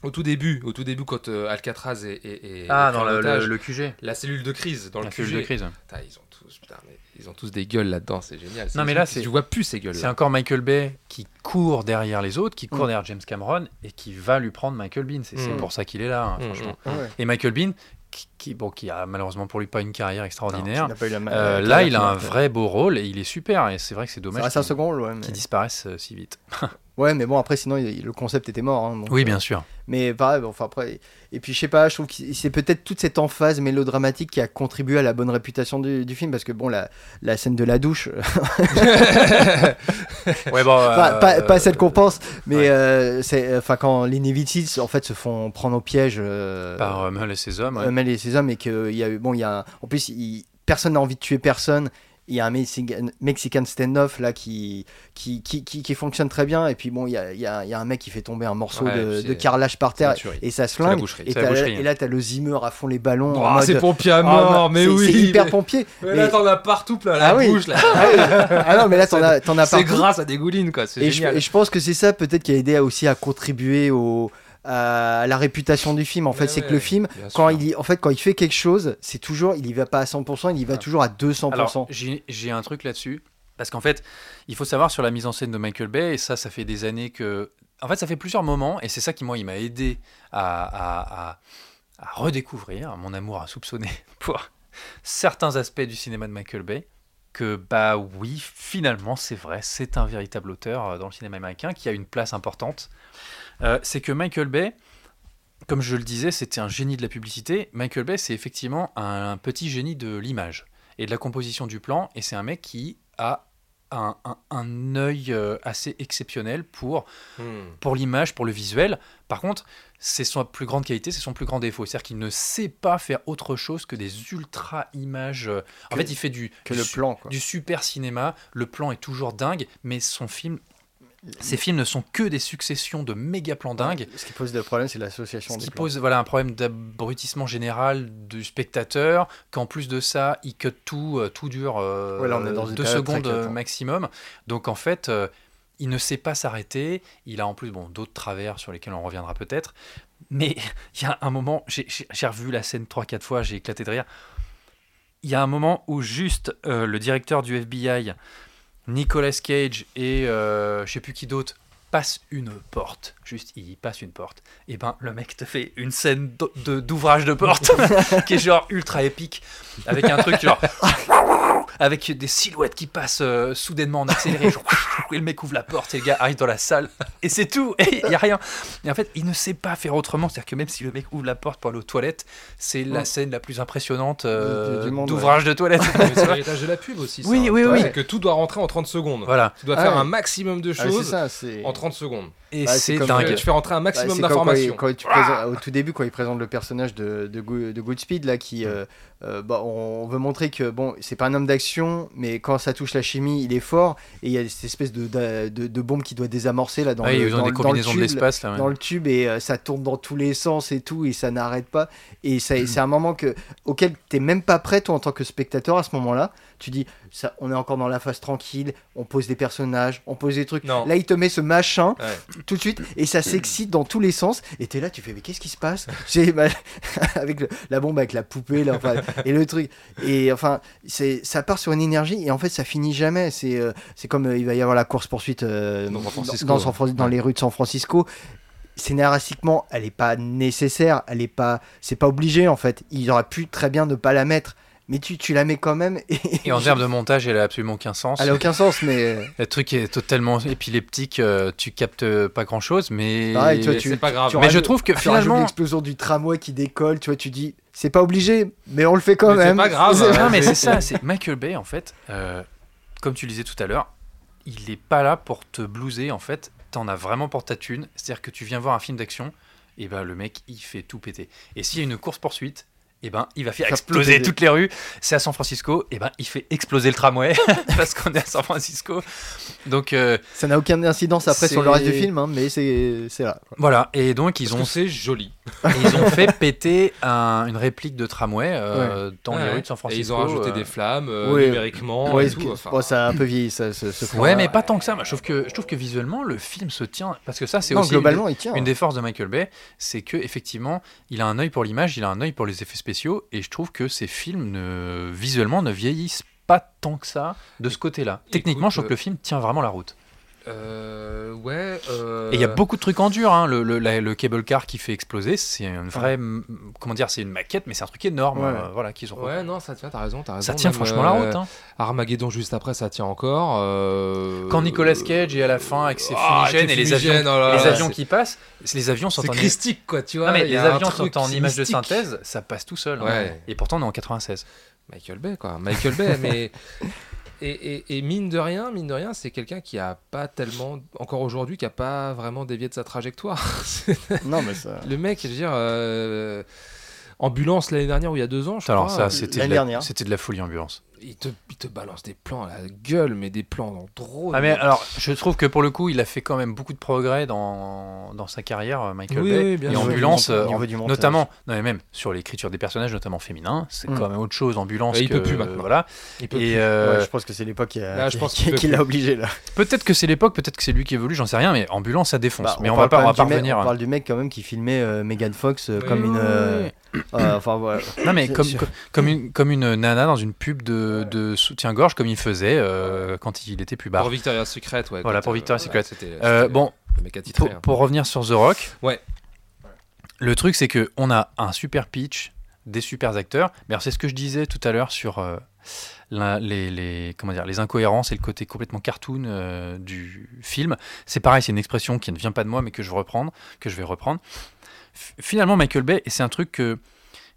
Au tout début, au tout début, quand euh, Alcatraz et, et, et- Ah, et dans le, Carlotage, le- le QG. la cellule de crise, dans La le cellule QG. de crise. Putain, ils ont tous, putain, mais ils ont tous des gueules là-dedans, c'est génial. Non, les mais gens là, qui- c'est- tu vois plus ces gueules. C'est encore Michael Bay qui court derrière les autres, qui court Mm. derrière James Cameron et qui va lui prendre Michael Bean. C'est c'est Mm. pour ça qu'il est là, hein, Mm, franchement. Ah ouais. Et Michael Bean, qui, qui- bon, qui a malheureusement pour lui pas une carrière extraordinaire, Il n'a pas eu la ma- euh, la là carrière il a un qu'il vrai beau rôle et il est super. Et c'est vrai que c'est Ça dommage reste un qu'il second rôle, ouais. Mais... qu'il disparaisse euh, si vite. Ouais, mais bon, après, sinon, il- le concept était mort. hein, donc, Oui, euh, bien sûr. Mais pareil, bon, enfin, après. Et puis, je sais pas, je trouve que c'est peut-être toute cette emphase mélodramatique qui a contribué à la bonne réputation du, du film, parce que bon, la, la scène de la douche, Ouais, bon, pas, euh, pas, pas celle qu'on pense, mais ouais. euh, c'est, enfin, quand les Nevitsis, en fait, se font prendre au piège euh, Par euh, Meul et ses hommes. ouais. Hummel et ses hommes, et qu'il y a eu, bon, il y a, un- en plus, il- personne n'a envie de tuer personne. Il y a un Mexican, Mexican standoff là qui qui, qui, qui qui fonctionne très bien et puis bon il y a, il y a- il y a un mec qui fait tomber un morceau Ouais, de, c'est- de carrelage par terre tuerie. et ça se C'est la lingue boucherie. et, C'est la t'as- boucherie, hein. et là t'as le Zimmer à fond les ballons en Ah, mode- c'est pompier à Ah, mort, non, mais c'est- oui. c'est hyper mais- pompier mais là, mais- t'en as partout plein la Ah oui. bouche. là. ah non mais là t'en as t'en as C'est partout. grâce à des goulines, quoi. C'est Et je, génial. et je pense que c'est ça peut-être qui a aidé à- aussi à contribuer au, à la réputation du film. En fait, Ouais, c'est que Eh ouais, le film, bien sûr. quand il, y- en fait, quand il fait quelque chose, c'est toujours, il y va pas à 100%, il y va toujours à 200%. Alors, j'ai j'ai un truc là-dessus. Parce qu'en fait, il faut savoir sur la mise en scène de Michael Bay, et ça, ça fait des années que. En fait, ça fait plusieurs moments, et c'est ça qui, moi, il m'a aidé à, à- à- à redécouvrir mon amour à soupçonner pour certains aspects du cinéma de Michael Bay. Que, bah oui, finalement, c'est vrai, c'est un véritable auteur euh, dans le cinéma américain qui a une place importante. Euh, c'est que Michael Bay, comme je le disais, c'était un génie de la publicité. Michael Bay, c'est effectivement un petit génie de l'image et de la composition du plan. Et c'est un mec qui a un, un- un œil euh, assez exceptionnel pour, Hmm. pour l'image, pour le visuel. Par contre, c'est sa plus grande qualité, c'est son plus grand défaut. C'est-à-dire qu'il ne sait pas faire autre chose que des ultra-images. euh, En Que- fait, il fait du, que du le su- plan, quoi. du super cinéma. Le plan est toujours dingue, mais son film... Ces films ne sont que des successions de méga plans dingues Ce qui pose le problème, c'est l'association ce des qui plans. pose voilà, un problème d'abrutissement général du spectateur, qu'en plus de ça, il cut tout, euh, tout dure euh, Ouais, là, on est dans une deux période très secondes cut, euh, hein. maximum. Donc en fait, euh, il ne sait pas s'arrêter. Il a en plus bon, d'autres travers sur lesquels on reviendra peut-être. Mais il y a un moment, j'ai j'ai- j'ai revu la scène 3-4 fois, j'ai éclaté de rire. Il y a un moment où juste euh, le directeur du FBI, Nicolas Cage et euh, je sais plus qui d'autre, passe une porte. Juste, il passe une porte. Et ben, le mec te fait une scène d'o- de- d'ouvrage de porte qui est genre ultra épique, avec un truc genre. Avec des silhouettes qui passent euh, soudainement en accéléré, genre, et le mec ouvre la porte, et le gars arrive dans la salle, et c'est tout, et il n'y a rien. Et en fait, il ne sait pas faire autrement, c'est-à-dire que même si le mec ouvre la porte pour aller aux toilettes, c'est la Ouais. scène la plus impressionnante Du- du euh, monde, d'ouvrage de toilette. Mais C'est l'héritage de la pub aussi. ça, Oui, hein. oui, Toi, oui. c'est Que tout doit rentrer en 30 secondes. voilà. Tu dois Ah faire ouais. un maximum de Ah, c'est choses ça, c'est. en 30 secondes. Et Bah, c'est c'est comme- dingue. Tu fais rentrer un Bah, c'est maximum comme quand il- d'informations. quand tu présentes- au tout début, quand il présente le personnage de, de, Go- de Goodspeed, là, qui, euh, euh, bah, on veut montrer que bon, c'est pas un homme d'action, mais quand ça touche la chimie, il est fort. Et il y a cette espèce de, de, de- de bombe qui doit désamorcer là dans Ouais, le ils ont dans des le- dans le combinaisons de tube, là. l'espace là. ouais. dans le tube et euh, ça tourne dans tous les sens et tout et ça n'arrête pas et ça- c'est un moment que auquel t'es même pas prêt toi en tant que spectateur à ce moment-là tu dis, ça, on est encore dans la phase tranquille, on pose des personnages, on pose des trucs. Non. Là, il te met ce machin Ouais. tout de suite et ça s'excite dans tous les sens. Et t'es là, tu fais, mais qu'est-ce qui se passe J'ai bah, avec le- la bombe, avec la poupée, là, enfin, et le truc. Et enfin, c'est ça part sur une énergie et en fait, ça finit jamais. C'est euh, c'est comme euh, il va y avoir la course poursuite Dans San Francisco. dans, San Fran- dans les rues de San Francisco. Scénaristiquement, elle n'est pas nécessaire, elle est pas, c'est pas obligé en fait. Il aurait pu très bien ne pas la mettre, mais tu, tu la mets quand même. Et, Et en termes de montage, elle a absolument aucun sens. elle a aucun sens, mais euh, Le truc est totalement épileptique, euh, tu captes euh, pas grand chose, mais. Pareil, toi, tu- C'est pas grave. tu mais rajoutes- je trouve que tu rajoutes finalement. l'explosion du tramway qui décolle, tu vois, tu dis, c'est pas obligé, mais on le fait quand Mais c'est même. pas grave. C'est- Non, mais c'est ça, c'est Michael Bay, en fait, euh, comme tu le disais tout à l'heure, il est pas là pour te blouser, en fait. T'en as vraiment pour ta thune. C'est-à-dire que tu viens voir un film d'action, et ben le mec, il fait tout péter. Et s'il y a une course-poursuite, et ben il va faire Faire tout exploser péter. toutes les rues. C'est à San Francisco, et ben il fait exploser le tramway, parce qu'on est à San Francisco. Donc euh, Ça n'a aucune incidence après sur le C'est- reste du film, hein, mais c'est c'est là. quoi. voilà, et donc ils Ils ont ont c'est joli. Et ils ont fait péter un- une réplique de tramway euh, dans Ouais, les ouais. rues de San Et Francisco. ils ont rajouté euh. des flammes euh, Ouais. numériquement Ouais, et tout. Enfin, bon, ça a un peu vieilli, ça, ce, ce Ouais, format. mais pas tant que ça. Moi, je, trouve que, je trouve que visuellement, le film se tient. Parce que ça, c'est Non, aussi une des- globalement, il tient. une, des forces de Michael Bay. C'est que effectivement, il a un œil pour l'image, il a un œil pour les effets spéciaux. Et je trouve que ces films, ne, visuellement, ne vieillissent pas tant que ça de ce côté-là. Écoute, Techniquement, je trouve que euh, le film tient vraiment la route. euh, ouais. Et il y a euh, beaucoup de trucs en dur. hein. Le, le- la- le cable car qui fait exploser, c'est un vrai. m- Comment dire C'est une maquette, mais c'est un truc énorme. Ouais. euh, voilà, qu'ils ont. Ouais, non, ça tient, t'as raison, t'as raison. Ça tient Même, franchement la euh, route. hein. Armageddon juste après, ça tient encore. euh, Quand Nicolas Cage est à la fin avec ses Ah, fumigènes tes et les avions, fumigènes, oh là les là, avions c'est- qui passent, c'est- les avions sont C'est en christique, quoi, tu vois. Non, mais il y les a un avions truc sont en image de mystique. synthèse, ça passe tout seul. hein. Ouais. Et pourtant, on est en 96. Michael Bay, quoi. Michael Bay, mais. Et, et- et mine de rien, mine de rien, c'est quelqu'un qui a pas tellement, encore aujourd'hui, qui a pas vraiment dévié de sa trajectoire. hein. Non, mais ça. Le mec, je veux dire, euh, ambulance l'année dernière ou il y a deux ans, je Alors crois. euh, ça, c'était l'année de, la, dernière. c'était de la folie ambulance. il te, il te balance des plans à la gueule, mais des plans dans le drôle. Ah mais alors, je trouve que pour le coup, il a fait quand même beaucoup de progrès dans, dans sa carrière, euh, Michael Oui, Bay. oui, bien et sûr. ambulance, euh, Au niveau du montage. Au niveau du montage. notamment, non mais même sur l'écriture des personnages, notamment féminins, c'est Mm. quand même autre chose. Ambulance, Et Bah, il que- peut plus maintenant. Voilà. Il peut Et plus. euh, Ouais, je pense que c'est l'époque qui, a- Là, je qui- pense qui- qu'il peut qui l'a obligé là. peut-être que c'est l'époque, peut-être que c'est lui qui évolue, j'en sais rien, mais ambulance, ça défonce. Bah, mais on, va parle pas, on va quand pas même du mec- revenir. hein. On parle du mec quand même qui filmait euh, Megan Fox euh, Oui, comme oui, une. euh, euh, enfin voilà. Non mais C'est comme, sûr. co- comme, une, comme une nana dans une pub de, de soutien-gorge comme il faisait euh, quand il était plus bas. pour Victoria's Secret, ouais. Voilà, quand, pour euh, Victoria's voilà, c'était- Euh, c'était bon, le mec attitré, pour, hein. pour revenir sur The Rock, Ouais. le truc c'est que on a un super pitch, des super acteurs, mais alors c'est ce que je disais tout à l'heure sur euh, la- les, les- comment dire, les incohérences et le côté complètement cartoon euh, du film. C'est pareil, c'est une expression qui ne vient pas de moi mais que je, reprendre, que je vais reprendre. F- finalement, Michael Bay, et c'est un truc que...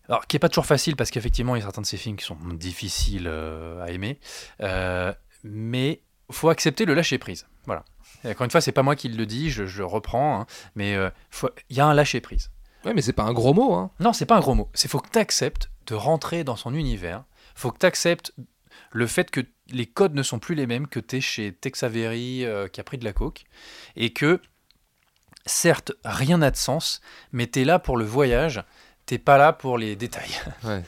Alors, qui n'est pas toujours facile parce qu'effectivement, il y a certains de ces films qui sont difficiles euh, à aimer. Euh, mais faut accepter le lâcher prise. Voilà. Et encore une fois, c'est pas moi qui le dis, je, je reprends, hein, mais euh, faut- il y a un lâcher prise. Ouais, mais c'est pas un gros mot, hein. Non, c'est pas un gros mot. C'est faut que tu acceptes de rentrer dans son univers. Faut que tu acceptes le fait que les codes ne sont plus les mêmes que tu es chez Tex Avery euh, qui a pris de la coke et que certes, rien n'a de sens, mais tu es là pour le voyage, t'es pas là pour les détails. Ouais.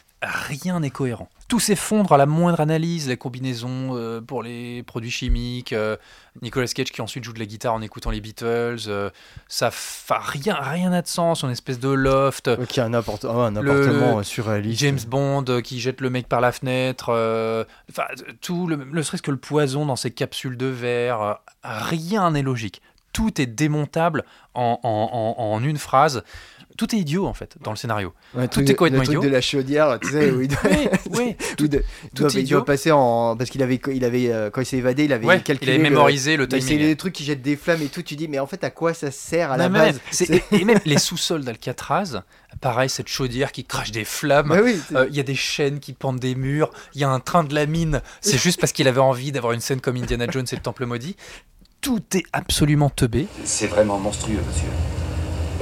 Rien n'est cohérent. Tout s'effondre à la moindre analyse, la combinaison euh, pour les produits chimiques, euh, Nicolas Cage qui ensuite joue de la guitare en écoutant les Beatles, euh, ça fa- rien rien n'a de sens, son espèce de loft, Qui a un, apport- ah, un Le- appartement euh, sur Alice. James Bond euh, qui jette le mec par la fenêtre, euh, enfin tout, le, le serait-ce que le poison dans ses capsules de verre, euh, rien n'est logique. Tout est démontable en, en- en- en une phrase. Tout est idiot en fait dans le scénario. Ouais, tout truc est de- complètement Le truc idiot. de la chaudière, tu sais, où il doit- Oui, oui. où il doit- il doit- tout il idiot. doit passer en. Parce qu'il avait, il avait, euh, quand il s'est évadé, il avait Ouais, il calculé. avait le- mémorisé le Mais c'est timing. les trucs qui jettent des flammes et tout. Tu dis, mais en fait, à quoi ça sert à Non, la mais base même, c'est- et, et même les sous-sols d'Alcatraz, pareil, cette chaudière qui crache des flammes. Bah oui, c'est- Euh, Il y a des chaînes qui pendent des murs, il y a un train de la mine, c'est juste parce qu'il avait envie d'avoir une scène comme Indiana Jones et le Temple Maudit. Tout est absolument teubé, C'est vraiment monstrueux, monsieur.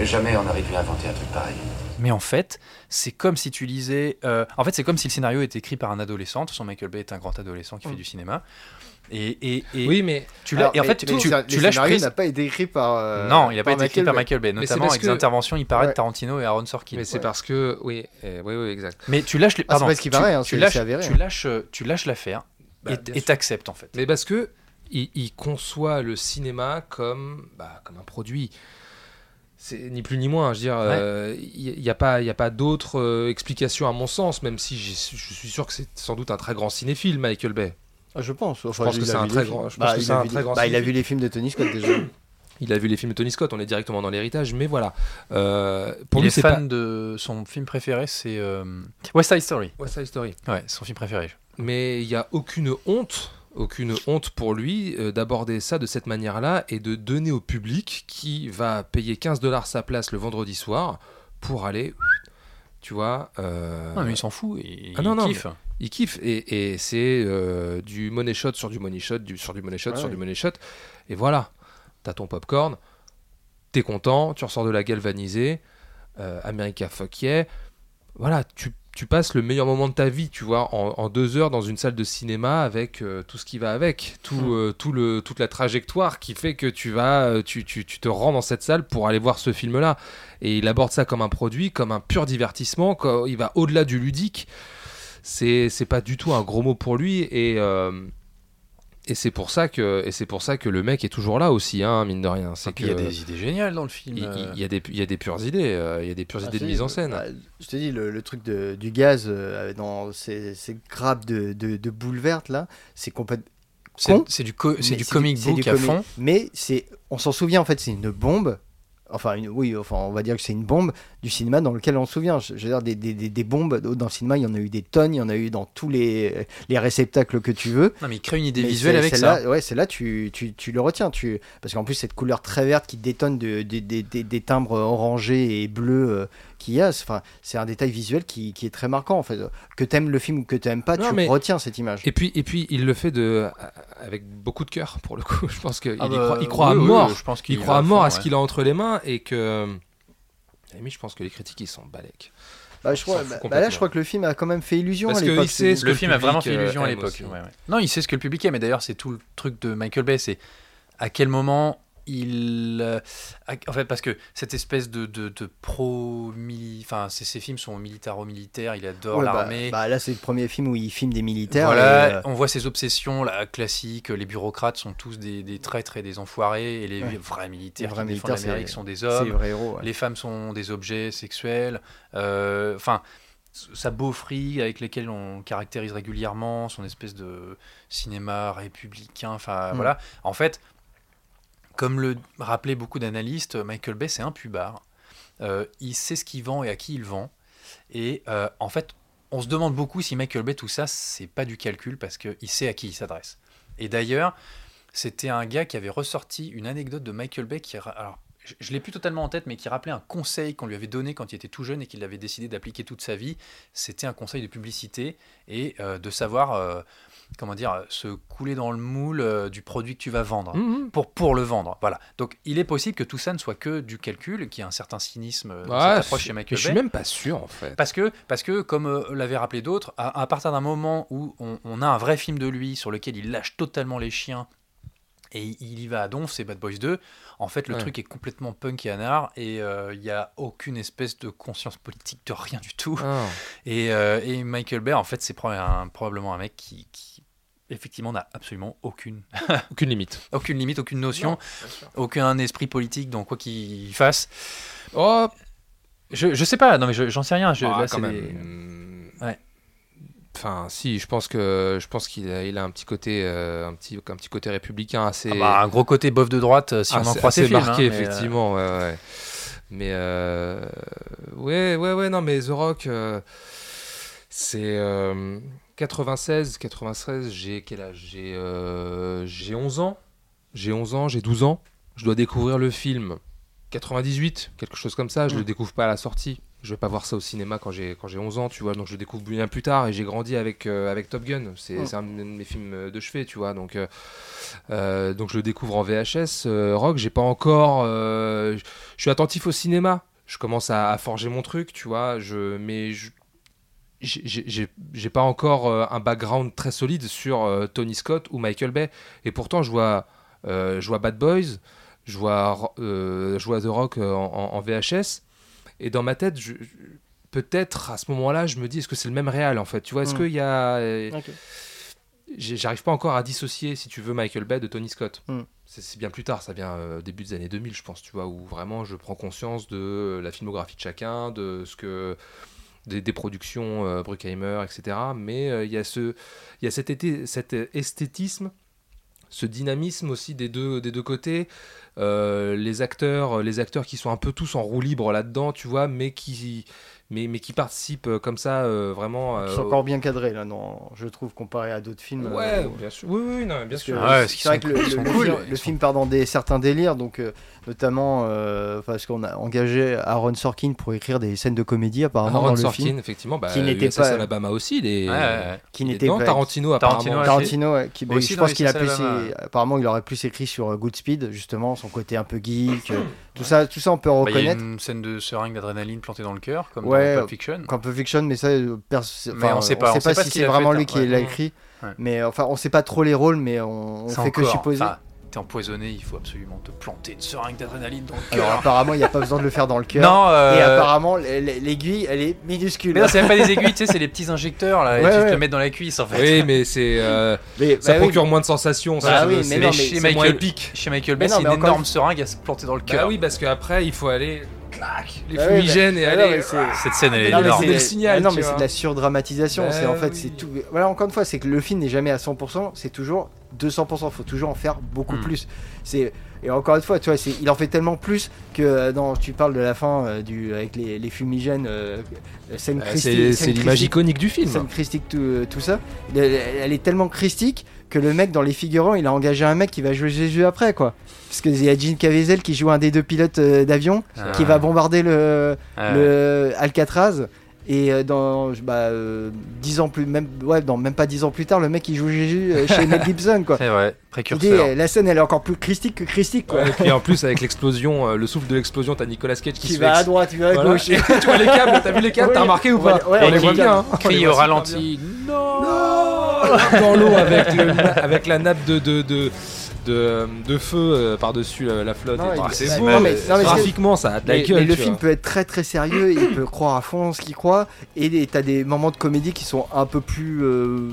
Jamais on n'aurait pu inventer un truc pareil. mais en fait, c'est comme si tu lisais. euh, en fait, c'est comme si le scénario était écrit par un adolescent. De toute façon, Michael Bay est un grand adolescent qui fait du cinéma. Et, et, et Oui, mais tu l'as- Alors, euh, et en mais- fait, mais tu, tu, ça- tu le lâches scénario prise. n'a pas été écrit par. euh, non, il n'a pas été écrit par Bay. Michael Bay, notamment parce avec des que- interventions, il paraît, de Ouais. Tarantino et Aaron Sorkin. mais c'est parce que oui, eh, oui, oui, exact. Mais tu lâches, les- Ah, c'est pardon, pas ce qui tu- paraît, hein, tu, c'est- lâches, c'est avéré, tu hein. lâches, euh, tu lâches l'affaire. Bah, et- bien et sûr. t'acceptes en fait. Mais parce que il, il conçoit le cinéma comme, bah, comme un produit. C'est ni plus ni moins. hein, Je veux dire, euh, il n'y a pas, il y a pas d'autre euh, explication à mon sens, même si j'ai- je suis sûr que c'est sans doute un très grand cinéphile, Michael Bay. Ah, je pense. je pense que c'est un très grand. Je pense que c'est un très grand. Bah, il a vu cinéphile. les films de Tony Scott déjà. Il a vu les films de Tony Scott. On est directement dans l'héritage, mais voilà. Euh, pour il lui, est c'est fan pas- de son film préféré, c'est euh, West Side Story. West Side Story. Ouais, c'est son film préféré. Mais il n'y a aucune honte, aucune honte pour lui euh, d'aborder ça de cette manière-là et de donner au public qui va payer 15 dollars sa place le vendredi soir pour aller, tu vois. euh, Non, mais il s'en fout, il- Ah non, il non, kiffe. mais Il kiffe et, et c'est euh, du money shot sur du money shot, du, sur du money shot, Ouais, sur ouais. du money shot. Et voilà, t'as ton popcorn, t'es content, tu ressors de la galvanisée, euh, America fuck yeah. Voilà, tu, tu passes le meilleur moment de ta vie, tu vois, en, en deux heures dans une salle de cinéma avec euh, tout ce qui va avec, tout, Hmm. euh, tout le, toute la trajectoire qui fait que tu vas, euh, tu, tu, tu te rends dans cette salle pour aller voir ce film-là. Et il aborde ça comme un produit, comme un pur divertissement, quand il va au-delà du ludique. C'est c'est pas du tout un gros mot pour lui et. euh, et c'est pour ça que et c'est pour ça que le mec est toujours là aussi hein, mine de rien c'est Ah, Puis il y a que- des idées géniales dans le film. il, il- euh. il y a des, il y a des pures idées, euh, il y a des pures Ah, idées de si, mise en euh, scène. bah, je te dis, le, le truc de- du gaz euh, dans ces, ces grappes de, de, de boules vertes, là, c'est complètement. C'est- c'est du co- c'est du comic book à fond. Mais c'est, on s'en souvient en fait, c'est une bombe. Enfin, une- oui, enfin, on va dire que c'est une bombe du cinéma dans lequel on se souvient. Je, je veux dire, des, des- des- des bombes dans le cinéma, il y en a eu des tonnes, il y en a eu dans tous les, les réceptacles que tu veux. Non, mais il crée une idée Mais visuelle c'est- avec c'est ça. Là, ouais, c'est là tu, tu, tu le retiens. Tu... Parce qu'en plus, cette couleur très verte qui détonne de, de- de- de- des timbres orangés et bleus euh, qu'il y a, c'est, enfin, c'est un détail visuel qui, qui est très marquant. En fait. Que t'aimes le film ou que t'aimes pas, Non, tu mais- retiens cette image. Et puis, et puis, il le fait de, euh, avec beaucoup de cœur, pour le coup. Je pense qu'il Ah y bah, croit, il croit oui, à oui, mort. oui, je pense qu'il il va croit à à mort fond, à ce ouais. qu'il a entre les mains et que. À la limite, je pense que les critiques, ils sont balèques. Bah, je On s'en crois, fout bah, bah, là, complètement. je crois que le film a quand même fait illusion Parce à que l'époque. il sait c'est- ce que Le le film a vraiment public, fait illusion euh, à aime l'époque. aussi. ouais, ouais. Non, il sait ce que le public aime. Et d'ailleurs, c'est tout le truc de Michael Bay. C'est à quel moment il. euh, à- En fait, parce que cette espèce de, de, de pro. mili- Enfin, c'est- ses films sont militaro-militaires. Il adore Ouais, bah, l'armée. bah, là, c'est le premier film où il filme des militaires. Voilà, et, euh, on voit ses obsessions là, classiques. Les bureaucrates sont tous des, des traîtres et des enfoirés, et les Ouais. vrais militaires Les vrais qui défendent militaires, l'Amérique c'est- sont des c'est hommes. les vrais héros, ouais. Les femmes sont des objets sexuels. euh, Enfin, sa beaufrie avec lesquelles on le caractérise régulièrement, son espèce de cinéma républicain. Enfin, Mm. voilà. En fait, comme le rappelaient beaucoup d'analystes, Michael Bay, c'est un pubard. Euh, il sait ce qu'il vend et à qui il vend. Et euh, en fait, on se demande beaucoup si Michael Bay, tout ça, c'est pas du calcul parce qu'il sait à qui il s'adresse. Et d'ailleurs, c'était un gars qui avait ressorti une anecdote de Michael Bay qui. ra- Alors, je, je l'ai plus totalement en tête, mais qui rappelait un conseil qu'on lui avait donné quand il était tout jeune et qu'il avait décidé d'appliquer toute sa vie. C'était un conseil de publicité et euh, de savoir. euh, comment dire, euh, se couler dans le moule euh, du produit que tu vas vendre, Mm-hmm. Mhm. pour, pour le vendre. Voilà. Donc il est possible que tout ça ne soit que du calcul, qu'il y ait un certain cynisme euh, dans Ouais, cette approche chez mais Michael je suis Bay. même pas sûr, en fait. Parce que, parce que comme euh, l'avaient rappelé d'autres, à, à partir d'un moment où on, on a un vrai film de lui sur lequel il lâche totalement les chiens et il- il y va à donf, c'est Bad Boys 2, en fait le Ouais. truc est complètement punk et anard et euh, il n'y a aucune espèce de conscience politique de rien du tout. Ah. Et, euh, et Michael Bay, en fait, c'est proba- un- probablement un mec qui, qui, effectivement, n'a absolument aucune, Aucune limite. aucune limite, aucune notion, Non, aucun esprit politique dans quoi qu'il fasse. Oh, Je, je sais pas, non mais je- j'en sais rien. Je, Ah, là, quand c'est même. des- Ouais. Enfin, si, je pense que je pense qu'il a, il a un petit côté, euh, un petit, un petit côté républicain assez. Ah bah, un gros côté bof de droite, euh, si on en Assez- croit Ah, assez ses films, hein, marqué mais, euh, effectivement ouais, ouais. mais euh, ouais ouais ouais non mais The Rock euh, c'est euh, 96 96 j'ai quel âge j'ai euh, j'ai 11 ans j'ai 11 ans j'ai 12 ans je dois découvrir le film 98 quelque chose comme ça je Mm. le découvre pas à la sortie je vais pas voir ça au cinéma quand j'ai quand j'ai 11 ans tu vois donc je le découvre bien plus tard et j'ai grandi avec euh, avec Top Gun c'est Mm. c'est un de mes films de chevet tu vois donc euh, euh, donc je le découvre en VHS. euh, rock, j'ai pas encore. euh, je- je suis attentif au cinéma. Je commence à, à forger mon truc, tu vois. Je, mais je- j'ai- j'ai j'ai- j'ai pas encore euh, un background très solide sur euh, Tony Scott ou Michael Bay. Et pourtant, je vois, euh, je vois Bad Boys, je vois, Ro- euh, je vois The Rock euh, en, en- en VHS. Et dans ma tête, je- je- peut-être à ce moment-là, je me dis est-ce que c'est le même réal en fait Tu vois, est-ce Mm. qu'il y a. euh, j'ai- j'arrive pas encore à dissocier, si tu veux, Michael Bay de Tony Scott. Mm. C'est c'est bien plus tard, ça vient euh, début des années 2000, je pense, tu vois, où vraiment je prends conscience de euh, la filmographie de chacun, de ce que des, des productions euh, Bruckheimer, etc. Mais euh, il y a ce, il y a cet, été, cet euh, esthétisme, ce dynamisme aussi des deux, des deux côtés, euh, les acteurs, les acteurs qui sont un peu tous en roue libre là-dedans, tu vois, mais qui, mais, mais qui participent euh, comme ça euh, vraiment. Ils euh, sont encore bien cadrés là, non Je trouve comparé à d'autres films. Ouais, euh, bien sûr. Oui, oui, non, bien parce que sûr. Ah Ouais, parce c'est qu'ils vrai sont que le, cool, ils le- sont le cool, film, ils le sont film part dans des certains délires, donc euh, notamment euh, parce qu'on a engagé Aaron Sorkin pour écrire des scènes de comédie apparemment Aaron dans le Sorkin, film. effectivement, bah, qui n'était USS pas- Alabama aussi, il est, euh, euh, Ouais, ouais, ouais. Qui il est n'était dedans. pas- Tarantino, Tarantino, apparemment. ouais. Tarantino, ouais, qui, bah, Aussi je dans pense les qu'il a César plus, Alabama, ouais. apparemment il aurait plus écrit sur euh, Goodspeed justement son côté un peu geek, euh, tout ça, tout ça on peut Bah, Il y a reconnaître. une scène de seringue d'adrénaline plantée dans le cœur, comme Ouais, dans Pulp Fiction. Donc un peu fiction, mais ça, euh, perso- c'est- Mais enfin, on sait pas, on sait pas si ce qu'il c'est a vraiment fait, lui hein, qui ouais. l'a écrit. Ouais. Mais euh, enfin, on sait pas trop les rôles, mais on, on C'est fait que encore- supposer. enfin, T'es empoisonné, il faut absolument te planter une seringue d'adrénaline dans le Alors cœur. Euh, apparemment, il n'y a pas besoin de le faire dans le cœur. Non, euh, Et apparemment, l- l- l'aiguille, elle est minuscule. mais non, c'est même pas des aiguilles, tu sais, c'est les petits injecteurs là, Ouais, et tu te ouais. le mets dans la cuisse en fait. Oui, mais c'est euh, Mais, ça bah oui. procure moins de sensations. Bah ça, oui, c'est- mais c'est- non, c'est mais- moins Michael- épique. Chez Michael Mais Bay, non, c'est une mais encore énorme une- seringue à se planter dans le Bah cœur. oui, parce qu'après, il faut aller clac, les Bah oui, fumigènes et Bah non, aller. euh, mais c'est- Cette scène, elle est Non, mais énorme. c'est- le c'est- signal, ah non, tu mais c'est vois. de la surdramatisation. Bah c'est en fait, oui. c'est tout. Voilà, encore une fois, c'est que le film n'est jamais à 100%. C'est toujours 200%. Faut toujours en faire beaucoup Hmm. plus. C'est et encore une fois, tu vois, c'est- il en fait tellement plus que euh, dans tu parles de la fin euh, du avec les, les fumigènes, euh, euh, scène Bah, christi- c'est c'est scène l'image christique- iconique du scène film. christique, tout, euh, tout ça. Le- le- Elle est tellement christique que le mec dans les figurants, il a engagé un mec qui va jouer Jésus après, quoi. Parce qu'il y a Gene Caviezel qui joue un des deux pilotes euh, d'avion, Ah. qui va bombarder le, Ah. le Alcatraz. Et euh, dans bah, euh, 10 ans plus, même, ouais, dans même pas 10 ans plus tard, le mec il joue Jésus euh, chez Mel Gibson, quoi. C'est vrai, Il dit, euh, précurseur. la scène elle est encore plus christique que christique, quoi. Ouais, et puis en plus, avec l'explosion, euh, le souffle de l'explosion, t'as Nicolas Cage qui, qui se va fait à droite, qui va à Voilà. gauche. Et tu vois les câbles, t'as vu les câbles, Oui, t'as remarqué ou on va- pas ouais, On on les voit les bien. regarde. hein. On les Cri voit au super ralenti. Non bien. Dans l'eau avec, le- avec la nappe de, de, de, de, de feu euh, par-dessus euh, la flotte. Non, et tout. il- c'est non, beau. mais- non, mais- Graphiquement, ça a de la Mais, gueule. mais le tu film vois. peut être très très sérieux, il peut croire à fond en ce qu'il croit, et des- t'as des moments de comédie qui sont un peu plus euh,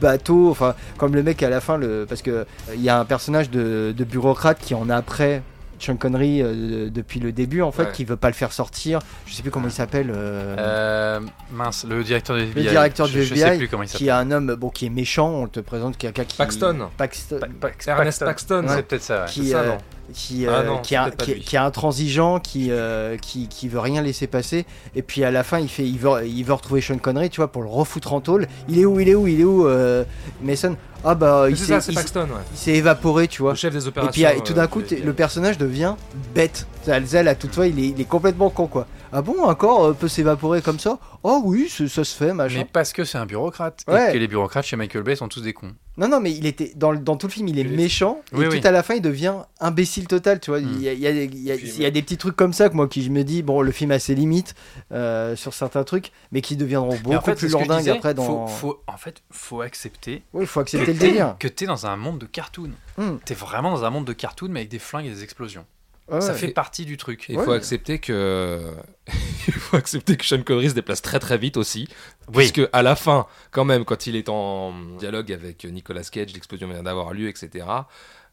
bateaux, enfin comme le mec à la fin, le, parce que euh, il y a un personnage de, de bureaucrate qui en a après Sean Connery euh, de- depuis le début en fait, Ouais. qui veut pas le faire sortir, je sais plus comment il s'appelle, euh, Euh, mince, le directeur du FBI. directeur je, du je FBI sais plus comment il qui s'appelle. est un homme bon qui est méchant, on te présente quelqu'un qui Paxton. Paxton. Pa- C'est Ernest Paxton. C'est peut-être ça, ouais. C'est qui, ça, euh, non qui, Ah euh, non, qui, c'est est un- peut-être pas qui- lui. qui est intransigeant, qui, euh, qui, qui veut rien laisser passer. Et puis à la fin, il, fait, il, veut, il veut retrouver Sean Connery, tu vois, pour le refoutre en tôle. Il est où Il est où Il est où euh, Mason Ah bah, Mais il C'est s'est ça, c'est il s'est- Paxton, ouais. il s'est évaporé, tu vois. Le chef des Et opérations. puis ah, et tout d'un euh, coup, des- t'es- des- le personnage devient bête. Zalzel, à toutefois, il est, il est complètement con, quoi. Ah bon, un corps euh, peut s'évaporer comme ça Oh oui, ça ça se fait, machin. Mais parce que c'est un bureaucrate. Ouais. Et que les bureaucrates chez Michael Bay sont tous des cons. Non, non, mais il était dans, le- dans tout le film, il est Il est- méchant. Oui, et oui. tout à la fin, il devient imbécile total. Tu vois, Mm. il y a, il y a- il y a- Puis, il y a des petits trucs comme ça que moi, qui je me dis, bon, le film a ses limites euh, sur certains trucs, mais qui deviendront beaucoup Mais en fait, c'est plus ce que je lordingues disais, après. Faut, Dans... faut- en fait, faut accepter Oui, faut accepter le délire. que t'es dans un monde de cartoon. Mm. T'es vraiment dans un monde de cartoon, mais avec des flingues et des explosions. Ouais, Ça ouais. fait partie du truc. Il Ouais. faut accepter que il faut accepter que Sean Connery se déplace très très vite aussi, Oui. puisque à la fin, quand même, quand il est en dialogue avec Nicolas Cage, l'explosion vient d'avoir lieu, etc.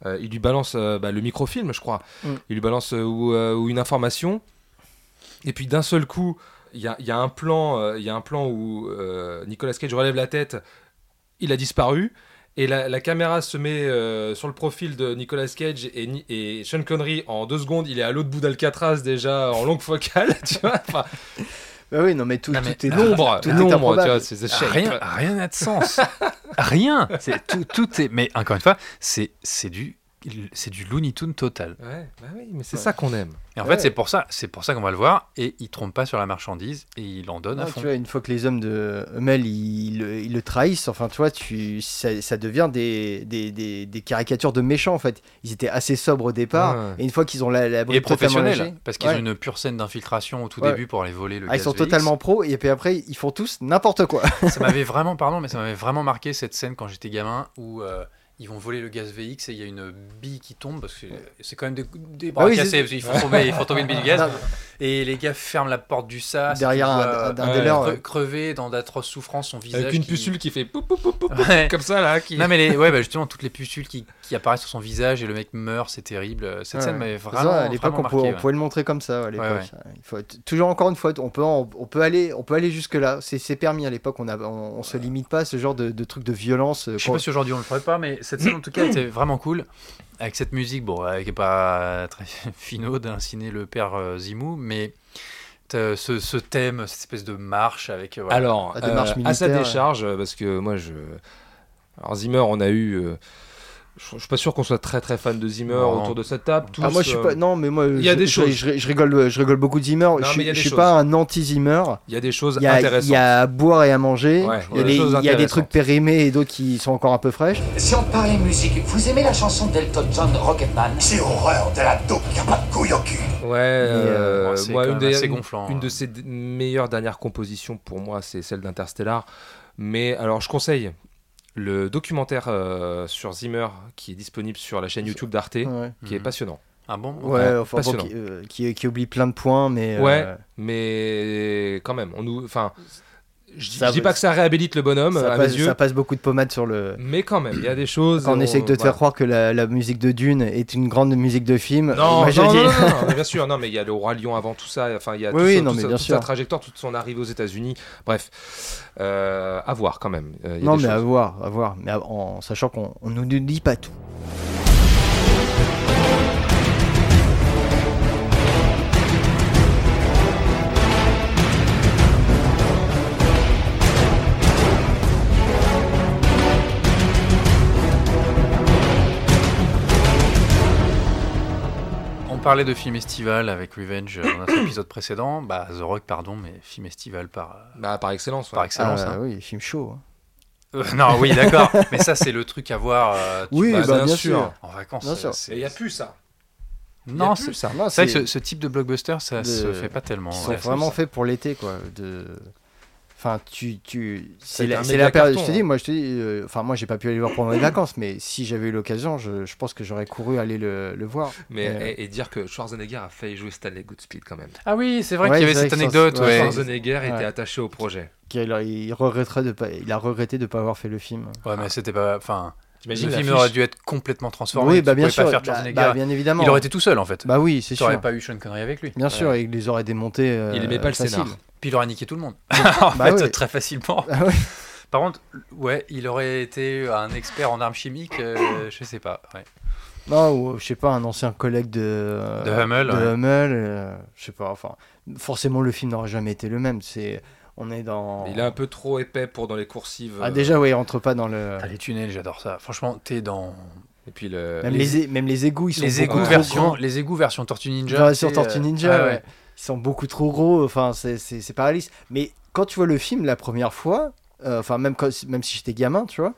euh, il lui balance euh, bah, le microfilm, je crois. Mm. Il lui balance euh, ou, euh, ou une information, et puis d'un seul coup, il y a, il y a un plan, euh, il y a un plan où euh, Nicolas Cage relève la tête, il a disparu. Et la, la caméra se met euh, sur le profil de Nicolas Cage et, Ni- et Sean Connery en deux secondes, il est à l'autre bout d'Alcatraz déjà en longue focale, tu vois. Enfin, Bah oui, non, mais tout, Non, mais- tout est l'ombre, tout est l'ombre, tu improbable. vois, c'est c'est shake. Rien, rien n'a de sens. rien. C'est tout, tout est. Mais encore une fois, c'est c'est du c'est du Looney Tunes total. Ouais, bah oui, mais c'est Ouais. ça qu'on aime. Et en Ouais. fait, c'est pour ça, c'est pour ça qu'on va le voir. Et il trompe pas sur la marchandise et il en donne Non, à Ah, tu fond. vois, une fois que les hommes de Hummel ils, le- ils le trahissent, enfin tu vois, tu, ça, ça devient des, des, des- des caricatures de méchants en fait. Ils étaient assez sobres au départ, Ouais. et une fois qu'ils ont la, la Et brique totalement lâchée- professionnel, parce qu'ils Ouais. ont une pure scène d'infiltration au tout Ouais. début pour aller voler le. Ah, ils gaz sont VX. totalement pros et puis après ils font tous n'importe quoi. ça m'avait vraiment, pardon, mais ça m'avait vraiment marqué cette scène quand j'étais gamin où euh, ils vont voler le gaz VX et il y a une bille qui tombe parce que c'est quand même des, des bras Ah oui, cassés c'est- parce qu'ils font tomber, ils font tomber une bille de gaz. Et les gars ferment la porte du sas. Derrière tu un- vois, un- un euh, dealer, cre- ouais. Crever dans d'atroces souffrances, son visage. Avec une qui- pucelle qui fait pou, pou, pou, pou, pou, Ouais. comme ça là. Qui... Non mais les, ouais, bah, justement toutes les pustules qui, qui apparaissent sur son visage et le mec meurt, c'est terrible. Cette Ouais, scène ouais. m'avait Ça, vraiment, à l'époque, vraiment on, marqué. pouvait- on ouais. pouvait le montrer comme ça. À l'époque, Ouais, ouais. Il faut être- toujours encore une fois, on peut, en- on peut aller, on peut aller jusque là. C'est c'est permis à l'époque. On, a- on, on se limite pas à ce genre de, de truc de violence. Je euh, sais qu'on- pas si aujourd'hui on le ferait pas, mais cette scène en tout cas était vraiment cool. Avec cette musique, bon, euh, qui est pas très finaude, d'inciner le père euh, Zimou, mais t'as ce, ce thème, cette espèce de marche avec. euh, voilà. Alors, La euh, démarche à sa militaire, décharge, euh, parce que moi, je. Alors, Zimmer, on a eu. euh, Je je suis pas sûr qu'on soit très très fan de Zimmer Non. autour de cette table. Tous, Ah, moi, je suis euh, pas. Non, mais moi, il y a je- des je- choses. Je, je rigole, je rigole beaucoup de Zimmer. je, mais suis- il y a des je suis choses. pas un anti-Zimmer. Il y a des choses Il y, a, il intéressantes. y a à boire et à manger. Ouais, il y a, des des, choses il y a des intéressantes. trucs périmés et d'autres qui sont encore un peu fraîches. Si on parlait musique, vous aimez la chanson d'Elton John, Rocketman C'est horreur de la dope, y a pas de couille au cul. Ouais, euh, bon, c'est moi, quand une, même des- assez une- gonflant, une hein. de ses d- meilleures dernières compositions pour moi, c'est celle d'Interstellar. Mais alors, je conseille le documentaire euh, sur Zimmer qui est disponible sur la chaîne YouTube d'Arte, Ouais, qui est Mhm. passionnant. Ah bon Ouais, Ouais, enfin, bon, passionnant. qui, euh, qui- qui oublie plein de points, mais. euh, hein. Ouais, mais quand même, on nous, enfin, je dis- Ça je dis va- pas que ça réhabilite le bonhomme ça, euh, à passe, mes yeux, ça passe beaucoup de pommades sur le. mais quand même, il y a des choses. Quand on, essaie de te faire voilà. croire que la, la musique de Dune est une grande musique de film, Non, moi, je non, dis- non, non, non, non, mais bien sûr, non, mais il y a le roi lion avant tout ça, enfin il y a Oui, tout oui, ça- non, tout mais ça- bien toute sûr. sa trajectoire, toute son arrivée aux États-Unis, bref, euh, à voir quand même. euh, il y a Non, des mais à choses. voir, à voir. Mais à- en sachant qu'on on ne nous dit pas tout. On parlait de film estival avec Revenge euh, dans notre épisode précédent. Bah, The Rock, pardon, mais film estival par, euh, Bah, par excellence. ouais. par excellence. Ah, hein. oui, film chaud. hein. Euh, non, oui, d'accord. mais ça, c'est le truc à voir euh, tu Oui, vas bah, bien bien, sûr. sûr. en vacances. Bien euh, sûr. c'est- Et il y a plus ça. y a Non, plus c'est ça. Non, c'est vrai que c'est- ce, ce type de blockbuster, ça De- se fait pas tellement. Ils sont ouais, ça- vraiment ça- faits pour l'été, quoi. De... Enfin, tu, tu... C'est c'est la, un c'est méga la période. carton, je te dis, hein. moi, je te dis, euh, enfin, moi, j'ai pas pu aller le voir pendant les vacances, mais si j'avais eu l'occasion, je, je pense que j'aurais couru aller le, le voir. Mais Euh, et, et dire que Schwarzenegger a failli jouer Stanley Goodspeed quand même. Ah oui, c'est vrai Ouais, qu'il y avait c'est vrai cette que ça- anecdote. ouais, Ouais, ça- Schwarzenegger était Ouais. attaché au projet. qu'il a- il regretterait de pas, il a regretté de pas avoir fait le film. Ouais, mais c'était pas. Enfin, le J'imagine film l'affiche. aurait dû être complètement transformé. oui, tu bah bien pouvais sûr, Pas faire bah- Schwarzenegger. bah, bien évidemment. Il aurait été tout seul en fait. Bah oui, c'est tu n'aurais sûr. pas eu Sean Connery avec lui. Bien sûr, il les aurait démontés. euh, Il aimait pas le facile. scénar. Puis il aurait niqué tout le monde. en Mm. Bah fait, oui. très facilement. Ah ouais. Par contre, ouais, il aurait été un expert en armes chimiques, euh, je sais pas. ouais. Non, ou je sais pas, un ancien collègue de, De Hummel, de ouais. Hummel, euh, je sais pas, enfin, forcément le film n'aurait jamais été le même. C'est, on est dans. Il est un peu trop épais pour dans les coursives. Ah euh, déjà, oui, il rentre pas dans le. T'as les tunnels, j'adore ça. Franchement, t'es dans Et puis le. Même les, é- même les égouts, ils sont euh, les beaucoup égouts trop version, grands. les égouts version Tortue Ninja. Genre, tu sur sais, Tortue euh, Ninja, ah ouais. ils sont beaucoup trop gros. Enfin, c'est, c'est, c'est pas réaliste. Mais quand tu vois le film la première fois, euh, enfin même quand, même si j'étais gamin, tu vois,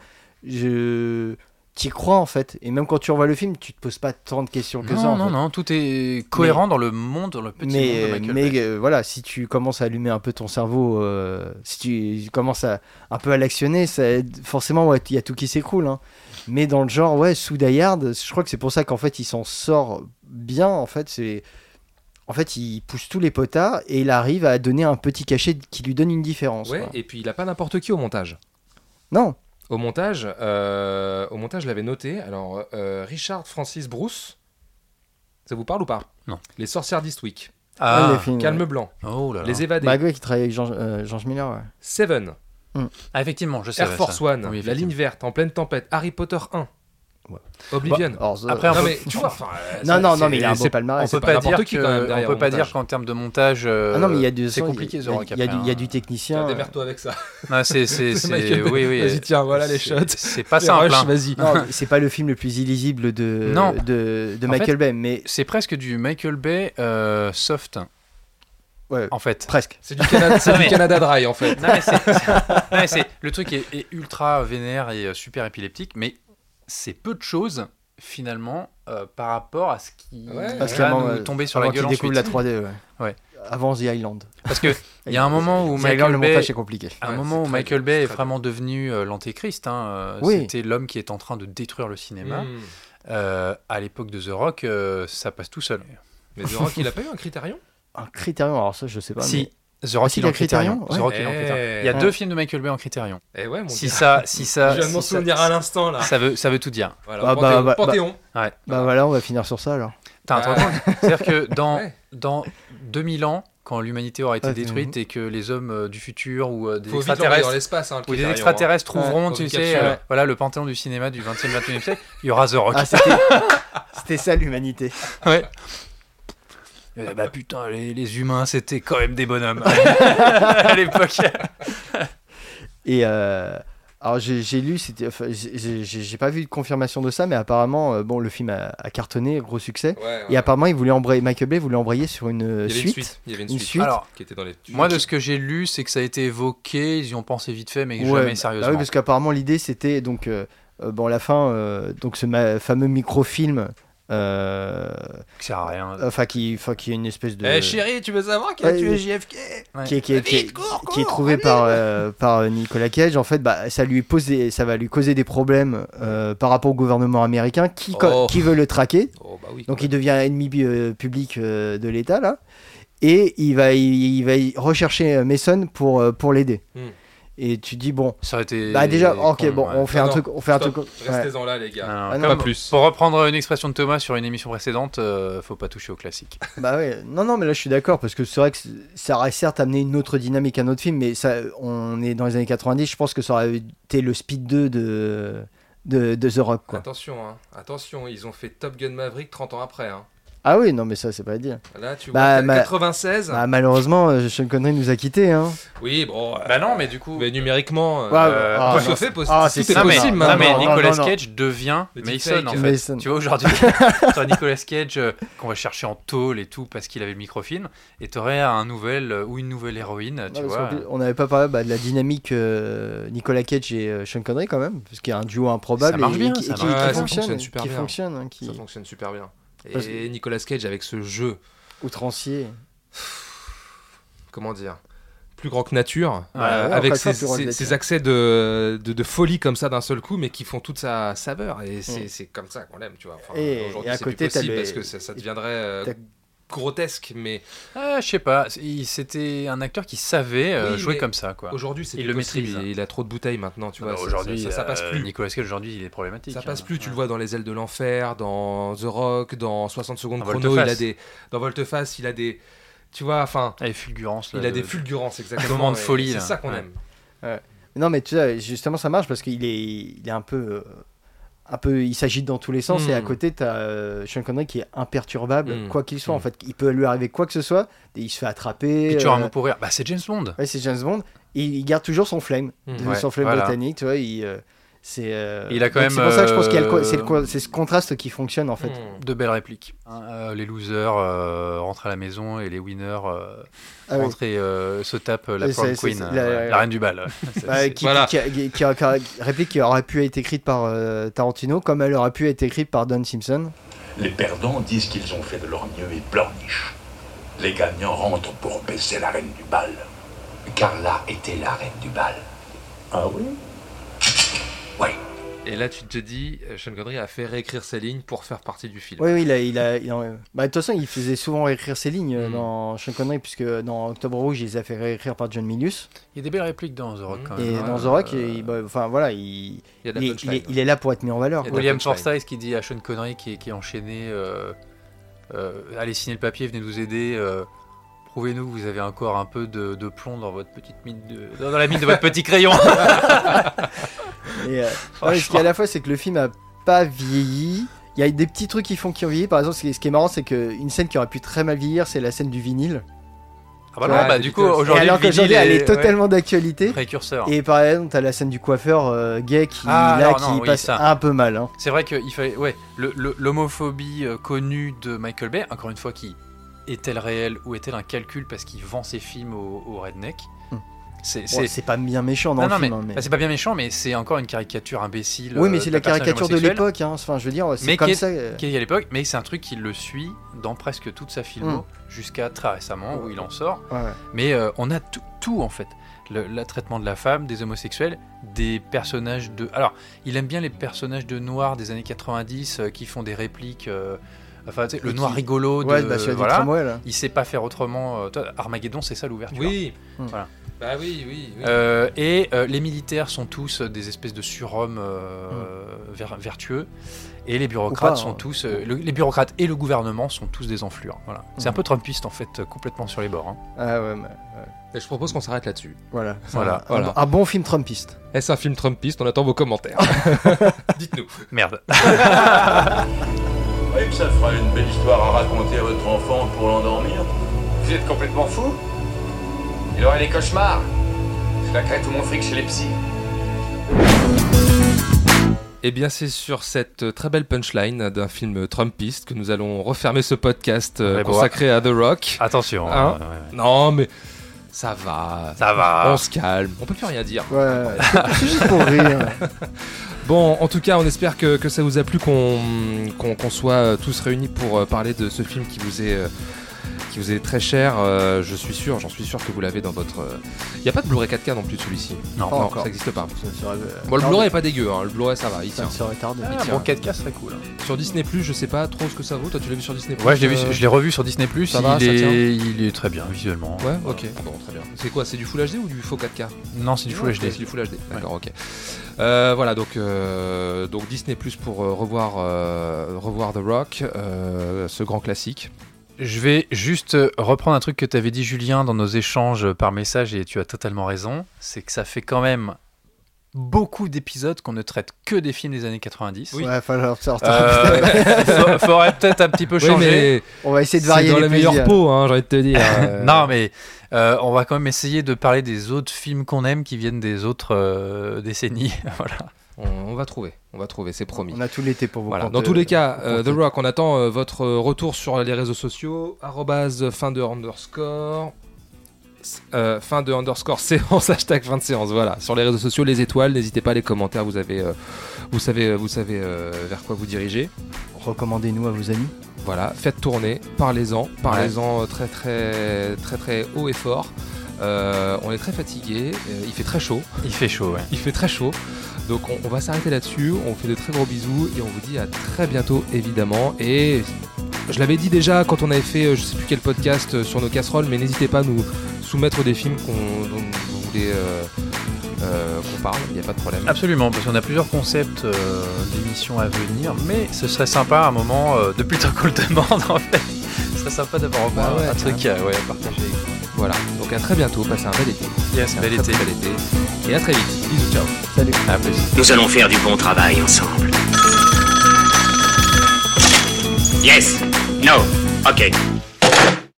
je t'y crois en fait. Et même quand tu revois le film, tu te poses pas tant de questions que ça. Non, en non, fait. non, tout est cohérent dans le monde, dans le petit monde de mais Michael Bay. mais euh, voilà, si tu commences à allumer un peu ton cerveau, euh, si tu commences à, un peu à l'actionner, ça aide- forcément, ouais, il y a tout qui s'écroule. hein. Mais dans le genre, ouais, sous Die Hard, je crois que c'est pour ça qu'en fait, il s'en sort bien. En fait, c'est. En fait, il pousse tous les potards et il arrive à donner un petit cachet qui lui donne une différence. Ouais, quoi. et puis il a pas n'importe qui au montage. Non, Au montage, euh, au montage, je l'avais noté. Alors, euh, Richard Francis Bruce, ça vous parle ou pas Non. Les sorcières d'Eastwick, Ah, Ouais, les Ah, films, Calme Blanc, oh là là. Les évadés, Bah, ouais, qui travaille avec Jean, euh, Jean Schmiller, ouais. Seven, Ah, effectivement, je sais. Air Force One, Oui, La effectivement. ligne verte, En pleine tempête, Harry Potter 1, Ouais. Oblivion. Bah, alors, ça- Après, on non peut- mais tu vois, enfin, euh, non, c'est- non, non, c'est- mais il a un beau c'est- on palmarès. peut pas pas n'importe dire qui, quand même, que- derrière on peut au pas montage. dire qu'en termes de montage. euh, Ah non, mais il y a du C'est compliqué, il y The a- Rock, il y, a après, du- il y a hein. du Tiens, technicien. euh, Démerde-toi avec ça. Non, c'est C'est c'est c'est- Michael Bay. oui oui. Vas-y, tiens, voilà les C'est- shots. C'est pas Les simple. rushs, hein. Vas-y. Non, mais c'est pas le film le plus illisible de, Non. de, de En Michael fait- Bay, mais C'est presque du Michael Bay euh, soft ouais, en fait. presque. C'est du, Canada, c'est Non, du mais- Canada Dry en fait. Non, mais c'est- non, mais c'est- le truc est, est ultra vénère et euh, super épileptique, mais c'est peu de choses finalement euh, par rapport à ce qui Ouais. va Parce qu'avant, nous euh, tomber sur la avant qu'il gueule ensuite. découvre la 3D, ouais. Ouais. Avant The Island. Parce que il y a un moment où The Island, Michael le Bay, montage est compliché. à un Ouais, moment c'est où très Michael bien, Bay c'est est très vraiment devenu euh, l'antéchrist. hein, euh, Oui. C'était l'homme qui est en train de détruire le cinéma. Hmm. Euh, à l'époque de The Rock, euh, ça passe tout seul. Mais The Rock, il a pas eu un critérium un Criterion Alors ça, je sais pas. Si. mais- The Rock, Ah, si, il est en y a Criterion, Criterion. The ouais. Rock, il est en Criterion. Il y a Ouais. deux films de Michael Bay en Criterion. Eh ouais, mon si gars. Ça, si ça, Je viens de si m'en Euh, ça- Bah, souvenir à l'instant, là. Ça veut, ça veut tout dire. Voilà, Bah, Panthéon, bah, bah, Panthéon. Ouais. Bah voilà, on va finir sur ça alors. T'as un Bah. truc Euh, C'est-à-dire que dans, Ouais. dans 2000 ans, quand l'humanité aura été Ouais, détruite et que les hommes euh, du futur ou euh, des Faut vite l'envoyer extraterrestres, dans l'espace, hein, le ou des Criterion, extraterrestres hein. trouveront, Ouais. tu Dans sais, une capsule, euh, ouais. voilà, le panthéon du cinéma du 20e, 21e siècle, il y aura The Rock. Ah, c'était- C'était ça l'humanité. Ouais. Euh, bah putain, les, les humains, c'était quand même des bonhommes à l'époque. Et euh, alors j'ai j'ai lu, c'était- enfin, j'ai- j'ai j'ai pas vu de confirmation de ça, mais apparemment, euh, bon, le film a, a cartonné, gros succès. ouais, et apparemment, il voulait embrayer, Michael Bay voulait embrayer sur une euh, Il y avait une suite, suite, il y avait une une suite. suite. Alors, qui était dans les Moi, de ce que j'ai lu, c'est que ça a été évoqué, ils y ont pensé vite fait, mais Ouais, bah jamais sérieusement. oui, parce qu'apparemment l'idée c'était donc euh, euh, bon à la fin euh, donc ce ma- fameux microfilm. euh, Qui sert à rien. Enfin qui, enfin qui est une espèce de. Eh chérie, tu veux savoir qui a Ouais, tué euh, JFK qui est, qui est- qui est- qui est trouvé par, euh, par euh, Nicolas Cage, en fait, bah, ça, lui pose des- ça va lui causer des problèmes euh, par rapport au gouvernement américain qui, co- Oh. qui veut le traquer. Oh, bah oui, Donc il devient ennemi euh, public euh, de l'État, là. Et il va, il, il va y rechercher euh, Mason pour, euh, pour l'aider. Hmm. Et tu dis, bon. Ça aurait été. Bah déjà, ok, con, bon, ouais. on fait un truc. On fait un stop, truc ouais. Restez-en là, les gars. Non, non, Ah non. comme Pas plus. Pour reprendre une expression de Thomas sur une émission précédente, euh, faut pas toucher au classique. Bah ouais, non, non, mais là je suis d'accord parce que c'est vrai que c- ça aurait certes amené une autre dynamique à notre film, mais ça, on est dans les années 90, je pense que ça aurait été le Speed 2 de, de, de The Rock quoi. Attention, hein. attention, ils ont fait Top Gun Maverick 30 ans après. hein. Ah oui, non, mais ça c'est pas à dire. Là, tu Bah, vois, ma- 96. Bah, malheureusement, euh, Sean Connery nous a quittés. Hein. Oui, bon. euh, Bah non, mais du coup. Mais numériquement, euh, Ouais, ouais, ah, tout se non, fait c'est- possi- ah, tout c'est est ça, mais- possible. non, maintenant. hein. mais non, Nicolas non, non. Cage devient Le Mason deepfake. en fait. Mason. Tu vois aujourd'hui, t'aurais Nicolas Cage euh, qu'on va chercher en tôle et tout parce qu'il avait le microfilm, et t'aurais un nouvel euh, ou une nouvelle héroïne, tu Non, parce vois. qu'en plus, on n'avait pas parlé bah, de la dynamique euh, Nicolas Cage et euh, Sean Connery quand même, parce qu'il y a un duo improbable Ça marche et, bien, qui, ça et qui- marche. qui Ouais, ça fonctionne, fonctionne super qui bien. fonctionne, hein, qui Ça fonctionne super bien. Parce que- Et Nicolas Cage avec ce jeu, outrancier. comment dire plus grand que nature, Ouais, euh, ouais, avec encore ses, une fois, plus grand que ses- nature. ses accès de, de, de folie comme ça d'un seul coup, mais qui font toute sa saveur. Et c'est Mm. c'est comme ça qu'on l'aime, tu vois. Enfin, Et- et Aujourd'hui, à c'est plus côté, t'as possible le- parce que ça, ça deviendrait euh, t'as- grotesque, mais Ah, je sais pas, il- c'était un acteur qui savait euh, Oui, jouer mais comme ça, quoi. aujourd'hui, c'est Il plus le possible. maîtrise. Il, il a trop de bouteilles maintenant, tu Non, vois. mais ça- aujourd'hui, ça, ça passe euh, plus. Nicolas Cage aujourd'hui, il est problématique. Ça hein. passe plus, tu Ouais. le vois dans Les Ailes de l'Enfer, dans The Rock, dans 60 secondes Dans chrono, il Volteface. a des. Dans Volteface, il a des. Tu vois, enfin, Ah, les fulgurances. là, il a de- des fulgurances, exactement. moments de et folie, C'est là. ça qu'on Ouais. aime. Non, mais tu sais, justement, ça marche parce qu'il est, il est un peu. euh, Un peu, il s'agite dans tous les sens Mm. et à côté t'as euh, Sean Connery qui est imperturbable Mm. quoi qu'il soit Mm. en fait il peut lui arriver quoi que ce soit et il se fait attraper Puis tu auras un euh, mot pour rire. Bah, c'est James Bond. ouais, c'est James Bond et il garde toujours son flame Mm. de- Ouais, son flame voilà. britannique tu vois il euh, c'est euh, Il a quand même, donc c'est pour ça que je pense qu'il y a le co- euh, c'est le co- c'est ce contraste qui fonctionne en fait Mm. De belles répliques. Hein, euh, les losers euh, rentrent à la maison et les winners euh, Ah oui. rentrent et euh, se tapent la C'est- prom c'est- c'est- queen, c'est- euh, la- ouais, la reine du bal. C'est- Bah, c'est- qui, Voilà. qui a- qui a- qui a- réplique qui aurait pu être écrite par euh, Tarantino comme elle aurait pu être écrite par Don Simpson Les perdants disent qu'ils ont fait de leur mieux et pleurnichent. Les gagnants rentrent pour baisser la reine du bal. Carla était la reine du bal. Ah oui Et là, tu te dis, euh, Sean Connery a fait réécrire ses lignes pour faire partie du film. Oui, oui, il a, il a, il en- bah, de toute façon, il faisait souvent réécrire ses lignes euh, Mm. dans Sean Connery, puisque dans Octobre Rouge, il les a fait réécrire par John Milius. Il y a des belles répliques dans The Rock. quand et même, dans hein, The Rock, euh, il, bah, enfin voilà, il, Il y a de la il est- il est, punchline. il est là pour être mis en valeur. Il y a quoi. de la William punchline. Forsythe qui dit à Sean Connery qui est, qui est enchaîné euh, euh, Allez signer le papier, venez nous aider. euh, Prouvez-nous que vous avez encore un peu de, de plomb dans votre petite mine de, dans dans la mine de votre petit crayon. Et, euh, ouais, ce qui est à la fois, c'est que le film a pas vieilli. Il y a des petits trucs qui font qui ont vieilli. Par exemple, ce qui est, ce qui est marrant, c'est qu'une scène qui aurait pu très mal vieillir, c'est la scène du vinyle. Ah bah Ouais, non, bah, les du coup Beatles. Et aujourd'hui alors le vinyle qu'aujourd'hui, elle est ouais, totalement d'actualité. précurseur. Et par exemple, t'as la scène du coiffeur euh, gay qui, Ah, là, alors non, qui oui, passe ça. un peu mal. hein. C'est vrai qu'il fallait. Ouais, le- le- l'homophobie euh, connue de Michael Bay, encore une fois, qui est-elle réelle ou est-elle un calcul parce qu'il vend ses films au, au redneck Hmm. C'est. Bon, c'est- c'est pas bien méchant dans non, le non, film. mais, hein, mais- bah, c'est pas bien méchant, mais c'est encore une caricature imbécile. Oui, mais euh, c'est d'un la personnage caricature de homosexuel l'époque, hein. enfin, je veux dire, Mais c'est comme qui est- ça. euh, Qui est à l'époque, mais c'est un truc qui le suit dans presque toute sa filmo, Hmm. jusqu'à très récemment où il en sort. ouais, ouais. Mais euh, on a tout, tout, en fait. Le, le traitement de la femme, des homosexuels, des personnages de... Alors, il aime bien les personnages de noirs des années 90 euh, qui font des répliques euh, Enfin, tu sais, le Qui- noir rigolo de. Ouais, bah, celui du voilà. tramway, là. Il sait pas faire autrement. euh, toi, Armageddon, c'est ça l'ouverture. Oui. Hmm. Voilà. Bah oui, oui. oui. Euh, et euh, les militaires sont tous euh, des espèces de surhommes euh, ver- vertueux. Et les bureaucrates Mm. Ou pas, sont hein. tous. euh, le- les bureaucrates et le gouvernement sont tous des enflures. Voilà. Mm. C'est un peu Trumpiste en fait, euh, complètement sur les bords. hein. Ah ouais, mais, Et je propose qu'on s'arrête là-dessus. Voilà. Voilà, Un- voilà. Un, bon film Trumpiste. Est-ce un film Trumpiste On attend vos commentaires. Dites-nous. Merde. Vous voyez que ça fera une belle histoire à raconter à votre enfant pour l'endormir Vous êtes complètement fou Il aurait les cauchemars. Je claquerais tout mon fric chez les psys. Eh bien, c'est sur cette euh, très belle punchline d'un film Trumpiste que nous allons refermer ce podcast euh, Mais bon, consacré à The Ah. Rock. Attention. Hein euh, ouais, ouais. Non, mais ça va. Ça va. On se calme. On peut plus rien dire. Ouais, c'est juste pour rire. Bon, en tout cas, on espère que, que ça vous a plu, qu'on qu'on- qu'on soit euh, tous réunis pour euh, parler de ce film qui vous est, euh, qui vous est très cher. Euh, je suis sûr, j'en suis sûr que vous l'avez dans votre. euh, Il n'y a pas de Blu-ray 4K non plus de celui-ci. Non, pas encore. ça n'existe pas. Ça serait, euh, Bon, le tardé. Blu-ray est pas dégueu, hein. le Blu-ray ça va, il Ça tient. me serait tardé. Ah, tiens. bon, 4K serait cool. hein. Sur Disney, je sais pas trop ce que ça vaut. Toi, tu l'as vu sur Disney Ouais, je l'ai vu- euh, je l'ai revu sur Disney Plus. ça va, il, ça tient est, il est très bien visuellement. Ouais, ok. Bon, très bien. C'est quoi C'est du Full HD ou du faux 4K Non, c'est du Full Ouais, HD. C'est du Full HD. D'accord, ok. Euh, voilà, donc, euh, donc Disney Plus pour euh, revoir, euh, revoir The Rock, euh, ce grand classique. Je vais juste euh, reprendre un truc que tu avais dit, Julien, dans nos échanges euh, par message, et tu as totalement raison. C'est que ça fait quand même beaucoup d'épisodes qu'on ne traite que des films des années 90. Ouais, falloir sortir. Euh, fa- faudrait peut-être un petit peu Oui, changer. mais On va essayer de varier C'est dans les euh. la meilleure plaisirs. peau, hein, j'ai envie de te dire. Euh, Non, mais euh, on va quand même essayer de parler des autres films qu'on aime qui viennent des autres euh, décennies. voilà. on, on va trouver, on va trouver, c'est promis. On a tout l'été pour vous. Voilà. compter- Dans tous les cas, pour euh, The compter. Rock, on attend euh, votre euh, retour sur les réseaux sociaux. Arrobase euh, fin de underscore. euh, fin de underscore séance, hashtag fin de séance. Voilà. Sur les réseaux sociaux, les étoiles, n'hésitez pas, les commentaires, vous, avez, euh, vous savez, vous savez euh, vers quoi vous diriger. Recommandez-nous à vos amis. Voilà, faites tourner, parlez-en, parlez-en euh, très très très très haut et fort. Euh, on est très fatigué, euh, il fait très chaud, Il fait chaud, ouais. il fait très chaud. Donc on, on va s'arrêter là-dessus, on vous fait de très gros bisous et on vous dit à très bientôt évidemment. Et je l'avais dit déjà quand on avait fait euh, je sais plus quel podcast euh, sur nos casseroles, mais n'hésitez pas à nous soumettre des films qu'on, dont vous voulez euh, euh, qu'on parle, il n'y a pas de problème. Absolument, parce qu'on a plusieurs concepts euh, d'émissions à venir, mais ce serait sympa à un moment, euh, depuis le temps qu'on le demande en fait, ce serait sympa d'avoir au moins Bah ouais, un truc à, ouais, à partager. Voilà, donc à très bientôt, passez un bel été. Yes, Un bel très, été. très bel été. Et à très vite, bisous, ciao. Salut. À plus. Nous allons faire du bon travail ensemble. Yes. No. OK.